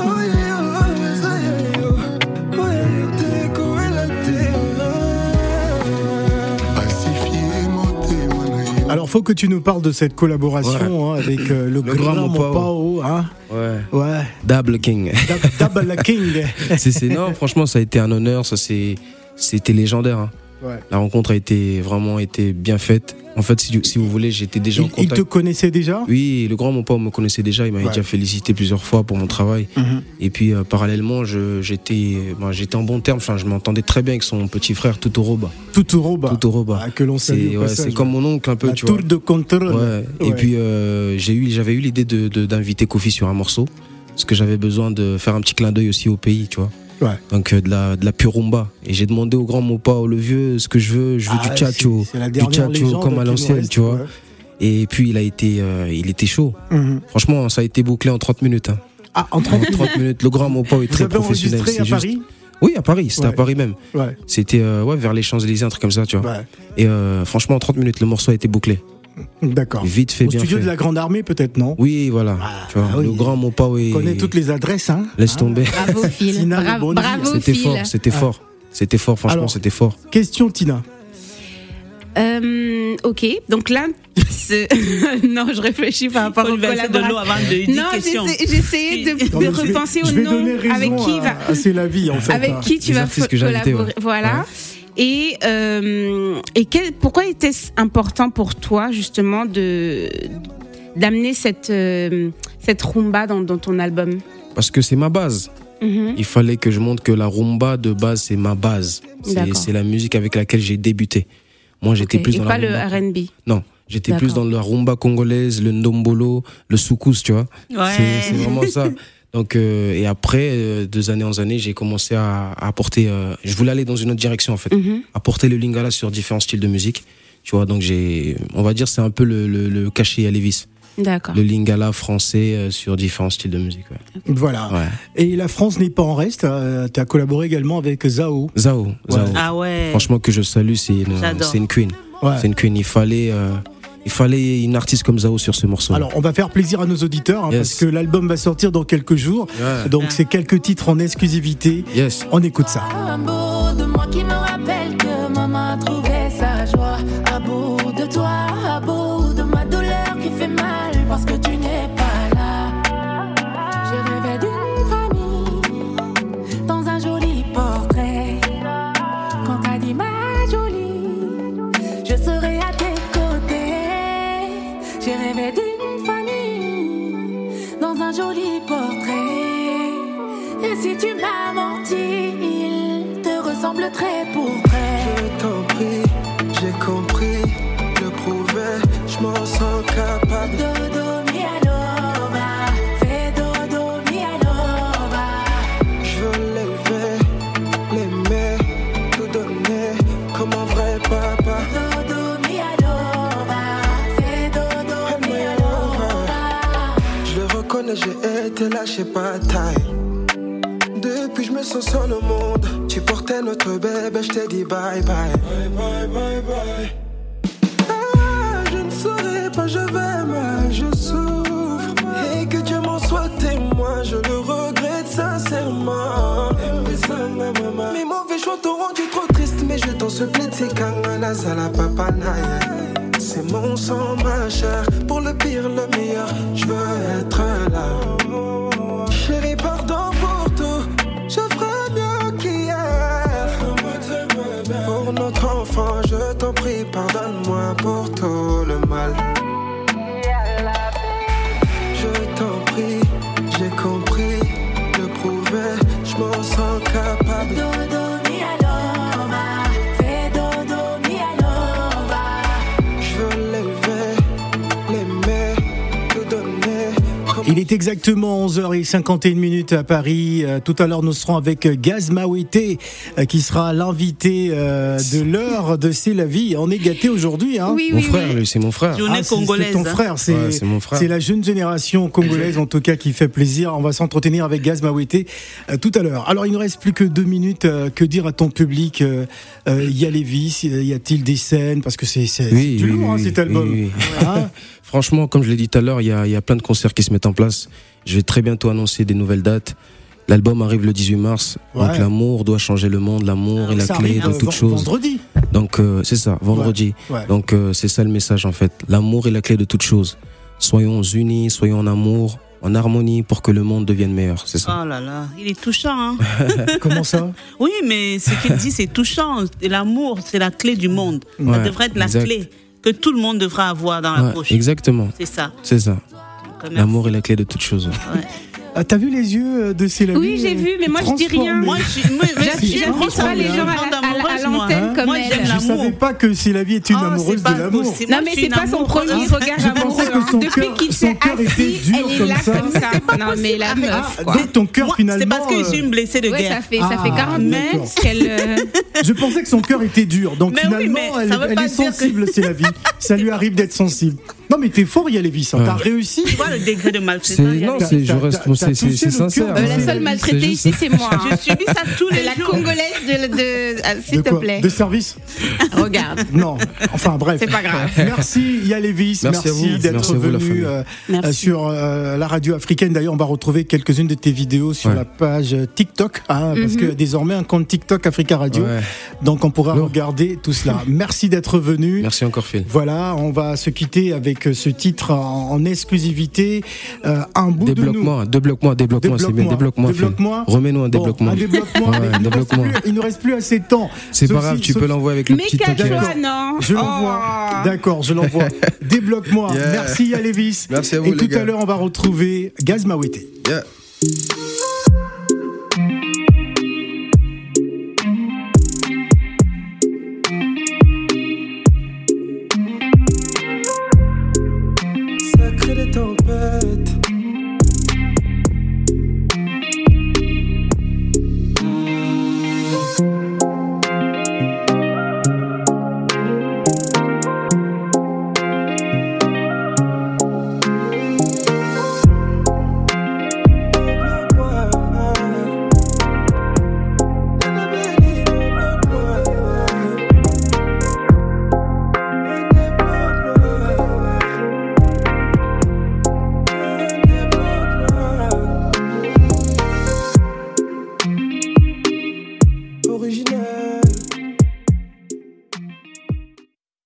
Speaker 12: Oh, pacifier motema na yo
Speaker 3: Alors, faut que tu nous parles de cette collaboration hein, avec euh, le, grand,
Speaker 4: grand Mopao.
Speaker 3: Mopao. hein.
Speaker 4: Ouais.
Speaker 3: Ouais.
Speaker 4: Double King.
Speaker 3: Dab- Dabala King.
Speaker 4: c'est, c'est- non, franchement, ça a été un honneur. Ça, c'est, c'était légendaire. hein.
Speaker 3: Ouais.
Speaker 4: La rencontre a été vraiment été bien faite. En fait, si, si vous voulez, j'étais déjà en
Speaker 3: Il, il
Speaker 4: contact.
Speaker 3: te connaissait déjà
Speaker 4: Oui, le grand mon père me connaissait déjà. Il m'avait
Speaker 3: Ouais. Mm-hmm.
Speaker 4: déjà félicité plusieurs fois pour mon travail. Et puis, euh, parallèlement, je, j'étais, ben, j'étais en bon terme. Enfin, je m'entendais très bien avec son petit frère Tutoroba.
Speaker 3: Tutoroba.
Speaker 4: Tutoroba.
Speaker 3: Ah, que l'on
Speaker 4: c'est,
Speaker 3: salue. au
Speaker 4: ouais,
Speaker 3: passage.
Speaker 4: c'est comme mon oncle un peu,
Speaker 3: la
Speaker 4: tu
Speaker 3: tour
Speaker 4: vois.
Speaker 3: de contrôle.
Speaker 4: Ouais. Et
Speaker 3: Ouais.
Speaker 4: puis euh, j'ai eu, j'avais eu l'idée de, de- d'inviter Kofi sur un morceau, parce que j'avais besoin de faire un petit clin d'œil aussi au pays, tu vois.
Speaker 3: Ouais.
Speaker 4: Donc euh, de la de la pure rumba. Et j'ai demandé au grand Mopa, au le vieux, ce que je veux, je veux
Speaker 3: Ah,
Speaker 4: du tchatcho,
Speaker 3: c'est- c'est la
Speaker 4: du
Speaker 3: dernière
Speaker 4: tchatcho
Speaker 3: légende
Speaker 4: comme à
Speaker 3: qui nous
Speaker 4: l'ancienne,
Speaker 3: reste,
Speaker 4: tu vois.
Speaker 3: ouais.
Speaker 4: Et puis il a été, euh, il était chaud.
Speaker 3: Mhm.
Speaker 4: Franchement, ça a été bouclé en 30 minutes. hein.
Speaker 3: Ah, en 30
Speaker 4: En 30 minutes, le grand Mopa est
Speaker 3: Vous
Speaker 4: très
Speaker 3: avez
Speaker 4: professionnel.
Speaker 3: enregistré à
Speaker 4: juste-
Speaker 3: Paris
Speaker 4: Oui, à Paris. C'était
Speaker 3: Ouais.
Speaker 4: à Paris même.
Speaker 3: Ouais.
Speaker 4: C'était euh, ouais vers les Champs Élysées, un truc comme ça, tu vois.
Speaker 3: ouais.
Speaker 4: Et euh, franchement, en 30 minutes, le morceau a été bouclé.
Speaker 3: D'accord.
Speaker 4: Vite fait,
Speaker 3: Au
Speaker 4: bien
Speaker 3: studio
Speaker 4: fait.
Speaker 3: de la Grande Armée, peut-être, non
Speaker 4: Oui, voilà.
Speaker 3: Ah,
Speaker 4: tu vois,
Speaker 3: ah oui.
Speaker 4: le grand Mopao et.
Speaker 3: On connaît toutes les adresses. Hein
Speaker 4: Laisse tomber.
Speaker 5: Bravo, Phil.
Speaker 3: Tina, le
Speaker 5: Bra-
Speaker 3: bon
Speaker 5: bravo,
Speaker 3: Dieu.
Speaker 4: C'était
Speaker 5: Phil.
Speaker 3: Ah.
Speaker 4: fort, c'était fort. C'était fort, franchement,
Speaker 3: Alors-
Speaker 4: c'était fort.
Speaker 3: Question, Tina.
Speaker 5: Euh, ok, donc là, ce- non, je réfléchis par rapport
Speaker 8: Faut
Speaker 5: au
Speaker 8: lui verser de
Speaker 5: collaborateur.
Speaker 8: l'eau avant de- dix
Speaker 5: Non,
Speaker 8: questions.
Speaker 5: j'essa- j'essayais de,
Speaker 3: Non,
Speaker 5: de
Speaker 3: mais je vais-
Speaker 5: repenser
Speaker 3: je
Speaker 5: au
Speaker 3: vais
Speaker 5: nom
Speaker 3: donner raison
Speaker 5: avec qui il
Speaker 3: à-
Speaker 5: va.
Speaker 3: à C'est la vie, en fait.
Speaker 5: Avec
Speaker 3: hein.
Speaker 5: qui tu
Speaker 4: Les
Speaker 5: vas
Speaker 4: artistes
Speaker 5: fo-
Speaker 4: que j'ai invités,
Speaker 5: collaborer.
Speaker 4: ouais.
Speaker 5: Voilà. Et, euh, et quel, pourquoi était-ce important pour toi, justement, de d'amener cette, euh, cette rumba dans, dans ton album
Speaker 4: Parce que c'est ma base.
Speaker 5: Mhm.
Speaker 4: Il fallait que je montre que la rumba de base, c'est ma base. C'est
Speaker 5: D'accord.
Speaker 4: c'est la musique avec laquelle j'ai débuté. Moi, j'étais
Speaker 5: Ok.
Speaker 4: plus
Speaker 5: Et
Speaker 4: dans
Speaker 5: pas
Speaker 4: la
Speaker 5: le
Speaker 4: rumba.
Speaker 5: RB.
Speaker 4: Non, j'étais plus
Speaker 5: D'accord.
Speaker 4: dans la rumba congolaise, le ndombolo, le soukous, tu vois.
Speaker 5: Ouais.
Speaker 4: C'est- C'est vraiment ça. Donc, euh, et après, euh, deux années en années, j'ai commencé à, à apporter. euh, je voulais aller dans une autre direction, en fait.
Speaker 5: Mhm.
Speaker 4: Apporter le lingala sur différents styles de musique. Tu vois, donc j'ai. On va dire, c'est un peu le, le, le cachet à Lévis.
Speaker 5: D'accord.
Speaker 4: Le lingala français euh, sur différents styles de musique. ouais.
Speaker 3: Voilà.
Speaker 4: Ouais.
Speaker 3: Et la France n'est pas en reste. tu as collaboré également avec Zao.
Speaker 4: Zao, Zao.
Speaker 8: Ah ouais.
Speaker 4: Franchement, que je salue, c'est une,
Speaker 8: J'adore.
Speaker 4: c'est une queen.
Speaker 3: Ouais.
Speaker 4: C'est une queen. Il fallait, euh, il fallait une artiste comme Zao sur ce morceau.
Speaker 3: Alors, on va faire plaisir à nos auditeurs hein,
Speaker 4: Yes.
Speaker 3: parce que l'album va sortir dans quelques jours.
Speaker 4: Ouais.
Speaker 3: Donc, c'est quelques titres en exclusivité.
Speaker 4: Yes.
Speaker 3: On écoute ça.
Speaker 2: Un bout de moi qui me rappelle que maman a trouvé sa joie. À bout de toi, à bout de ma douleur qui fait mal parce que tu n'es pas là. Je rêvais d'une famille dans un joli portrait. Quand t'as dit ma jolie, je serai à tes côtés. J'ai rêvé d'une famille dans un joli portrait. Et si tu m'as menti, il te ressemble très pour près.
Speaker 9: Je t'en prie, j'ai compris, je le prouvais, je m'en sens capable.
Speaker 2: Dodo mia lova, fais dodo mia lova.
Speaker 9: Je veux l'élever, l'aimer, tout donner, comme un vrai papa.
Speaker 2: Dodo mia lova, fais dodo mia lova.
Speaker 9: Je le reconnais, j'ai été lâché pas taille. Depuis, je me sens seul au monde. Tu portais notre bébé, je t'ai dit bye bye. Bye bye bye bye. Ah, je ne saurais pas, je vais mal, je souffre. Et que Dieu m'en soit témoin, je le regrette sincèrement. Mes mauvais choix t'ont rendu trop triste, mais je t'en supplie, c'est kangana, la papa C'est mon sang, ma chair, pour le pire, le meilleur, je veux être là. Chérie, pardon pour tout, je ferai mieux qu'hier. Pour notre enfant, je t'en prie, pardonne-moi pour tout le mal. Je t'en prie, j'ai compris, le prouvais, je m'en sens capable.
Speaker 2: Dodo mia lova, fais dodo mia lova.
Speaker 9: Je veux l'élever, l'aimer, te donner.
Speaker 3: Il est exactement 11h51 minutes à Paris. Euh, tout à l'heure, nous serons avec euh, Gaz Mawete, euh, qui sera l'invité euh, de l'heure de C'est la vie. On est gâté aujourd'hui. Hein
Speaker 5: Oui,
Speaker 4: mon
Speaker 5: oui,
Speaker 4: frère,
Speaker 5: oui.
Speaker 4: lui, c'est mon frère.
Speaker 8: Journée
Speaker 3: Ah, c'est-
Speaker 8: congolaise,
Speaker 3: C'est ton
Speaker 8: hein.
Speaker 3: frère. C'est
Speaker 4: Ouais, c'est mon frère.
Speaker 3: c'est la jeune génération congolaise, en tout cas, qui fait plaisir. On va s'entretenir avec Gaz Mawete euh, tout à l'heure. Alors, il ne reste plus que deux minutes. euh, que dire à ton public Euh, euh, Il y a les vices, euh, y a-t-il des scènes Parce que c'est c'est- c'est du lourd, hein, cet album.
Speaker 4: oui, oui.
Speaker 3: Hein
Speaker 4: Franchement, comme je l'ai dit tout à l'heure, il y a, il y a plein de concerts qui se mettent en place. Je vais très bientôt annoncer des nouvelles dates. L'album arrive le 18 mars.
Speaker 3: Ouais.
Speaker 4: Donc l'amour doit changer le monde. L'amour est la
Speaker 3: Ça
Speaker 4: clé
Speaker 3: arrive
Speaker 4: de
Speaker 3: euh,
Speaker 4: toute
Speaker 3: ven-
Speaker 4: chose.
Speaker 3: vendredi.
Speaker 4: Donc euh, c'est ça, vendredi.
Speaker 3: Ouais, ouais.
Speaker 4: Donc euh, c'est ça le message en fait. L'amour est la clé de toute chose. Soyons unis, soyons en amour, en harmonie pour que le monde devienne meilleur. C'est ça.
Speaker 8: Oh là là, il est touchant. hein.
Speaker 3: Ah. Comment ça
Speaker 8: Oui, mais ce qu'il dit, c'est touchant. Et L'amour, c'est la clé du monde. Ça
Speaker 4: Ouais,
Speaker 8: devrait être la
Speaker 4: exact.
Speaker 8: clé que tout le monde devra avoir dans la
Speaker 4: Ouais,
Speaker 8: poche.
Speaker 4: exactement.
Speaker 8: C'est ça.
Speaker 4: C'est ça.
Speaker 8: Donc, merci.
Speaker 4: L'amour est la clé de toute chose.
Speaker 3: Ah, T'as vu les yeux euh, de Céline
Speaker 5: Oui, j'ai vu, mais moi, je dis rien.
Speaker 8: Moi, je suis. moi, je suis
Speaker 3: J'affirme
Speaker 8: une
Speaker 5: J'afflige pas les
Speaker 8: grande
Speaker 5: gens à la- à la- à
Speaker 8: amoureuse, moi.
Speaker 5: l'antenne comme
Speaker 8: Moi, j'aime
Speaker 5: elle.
Speaker 3: Je savais
Speaker 8: l'amour.
Speaker 3: pas que si la vie est une
Speaker 8: Ah, c'est
Speaker 3: amoureuse
Speaker 8: pas
Speaker 3: de l'amour.
Speaker 8: possible.
Speaker 5: Non,
Speaker 8: Moi,
Speaker 5: mais
Speaker 8: je suis
Speaker 5: c'est
Speaker 8: une
Speaker 5: pas son
Speaker 8: amoureuse.
Speaker 5: premier regard
Speaker 3: Je pensais
Speaker 5: amoureux.
Speaker 3: que
Speaker 5: hein.
Speaker 3: son
Speaker 5: Depuis
Speaker 3: cœur-
Speaker 5: qu'il
Speaker 3: son
Speaker 5: s'est
Speaker 3: cœur était
Speaker 5: assis,
Speaker 3: dur
Speaker 5: elle est
Speaker 3: comme
Speaker 5: là
Speaker 3: ça.
Speaker 5: comme ça. Non, mais la meuf,
Speaker 3: Ah,
Speaker 5: quoi.
Speaker 3: donc ton cœur
Speaker 8: Moi,
Speaker 3: finalement.
Speaker 8: C'est parce que je suis
Speaker 3: euh,
Speaker 8: une blessée de
Speaker 5: Ouais,
Speaker 8: guerre.
Speaker 5: ça fait, ça fait
Speaker 3: Ah,
Speaker 5: 40
Speaker 3: d'accord.
Speaker 5: mètres qu'elle. euh,
Speaker 3: Je pensais que son cœur était dur, donc
Speaker 8: Mais oui,
Speaker 3: finalement
Speaker 8: mais ça
Speaker 3: elle,
Speaker 8: veut
Speaker 3: elle
Speaker 8: pas
Speaker 3: est
Speaker 8: dire que-
Speaker 3: sensible, c'est la vie. Ça lui arrive d'être sensible. Non mais t'es fort, il y a les vices. T'as réussi.
Speaker 8: Tu vois le degré de
Speaker 4: C'est
Speaker 8: maltraitance. il y a
Speaker 4: non,
Speaker 8: des-
Speaker 4: c'est je
Speaker 3: t'as-
Speaker 4: reste,
Speaker 3: t'as-
Speaker 4: c'est
Speaker 3: t'as touché
Speaker 4: Ah, c'est
Speaker 3: le
Speaker 4: sincère. hein.
Speaker 3: cœur de
Speaker 5: euh, la
Speaker 4: C'est-
Speaker 5: seule
Speaker 4: c'est
Speaker 5: maltraitée
Speaker 4: juste-
Speaker 5: ici, c'est moi. hein.
Speaker 8: Je subis ça tous
Speaker 5: C'est
Speaker 8: les
Speaker 5: la
Speaker 8: jours.
Speaker 5: congolaise de. de- ah, S'il
Speaker 3: de
Speaker 5: te
Speaker 3: quoi
Speaker 5: plaît.
Speaker 3: De service
Speaker 5: Regarde.
Speaker 3: Non, enfin bref.
Speaker 5: C'est pas grave.
Speaker 3: Merci Yalévis,
Speaker 4: Merci
Speaker 3: merci,
Speaker 4: à vous.
Speaker 3: d'être
Speaker 4: Merci à vous, la
Speaker 3: venu
Speaker 4: famille.
Speaker 3: euh,
Speaker 5: Merci.
Speaker 3: euh, sur euh, la radio africaine. D'ailleurs, on va retrouver quelques-unes de tes vidéos sur
Speaker 4: Ouais.
Speaker 3: la page TikTok, hein, parce
Speaker 5: Mhm.
Speaker 3: que désormais un compte TikTok Africa Radio.
Speaker 4: Ouais.
Speaker 3: Donc on pourra regarder tout cela. Merci d'être venu.
Speaker 4: Merci encore, Phil.
Speaker 3: Voilà, on va se quitter avec euh, ce titre en, en exclusivité. euh, un bout de nous.
Speaker 4: Débloque-moi, débloque-moi, débloque-moi, c'est bien, débloque-moi. Phil.
Speaker 3: Débloque-moi.
Speaker 4: Remets-nous
Speaker 3: Bon,
Speaker 4: un débloquement.
Speaker 3: un débloquement, mais
Speaker 4: Ouais,
Speaker 3: il, nous reste
Speaker 4: débloque-moi.
Speaker 3: plus- il nous reste plus assez de temps.
Speaker 4: C'est pas
Speaker 3: Sophie-
Speaker 4: grave, tu peux
Speaker 3: Sophie-
Speaker 4: l'envoyer avec le
Speaker 5: Mais
Speaker 4: petit temps qui
Speaker 5: cache-toi,
Speaker 4: reste.
Speaker 5: non.
Speaker 3: Je
Speaker 5: Oh.
Speaker 3: l'envoie. D'accord, je l'envoie. Débloque-moi.
Speaker 4: Yeah.
Speaker 3: Merci à Lévis.
Speaker 4: Merci à vous,
Speaker 3: Et
Speaker 4: les
Speaker 3: tout
Speaker 4: gars.
Speaker 3: à l'heure, on va retrouver Gaz Mawete.
Speaker 4: Yeah.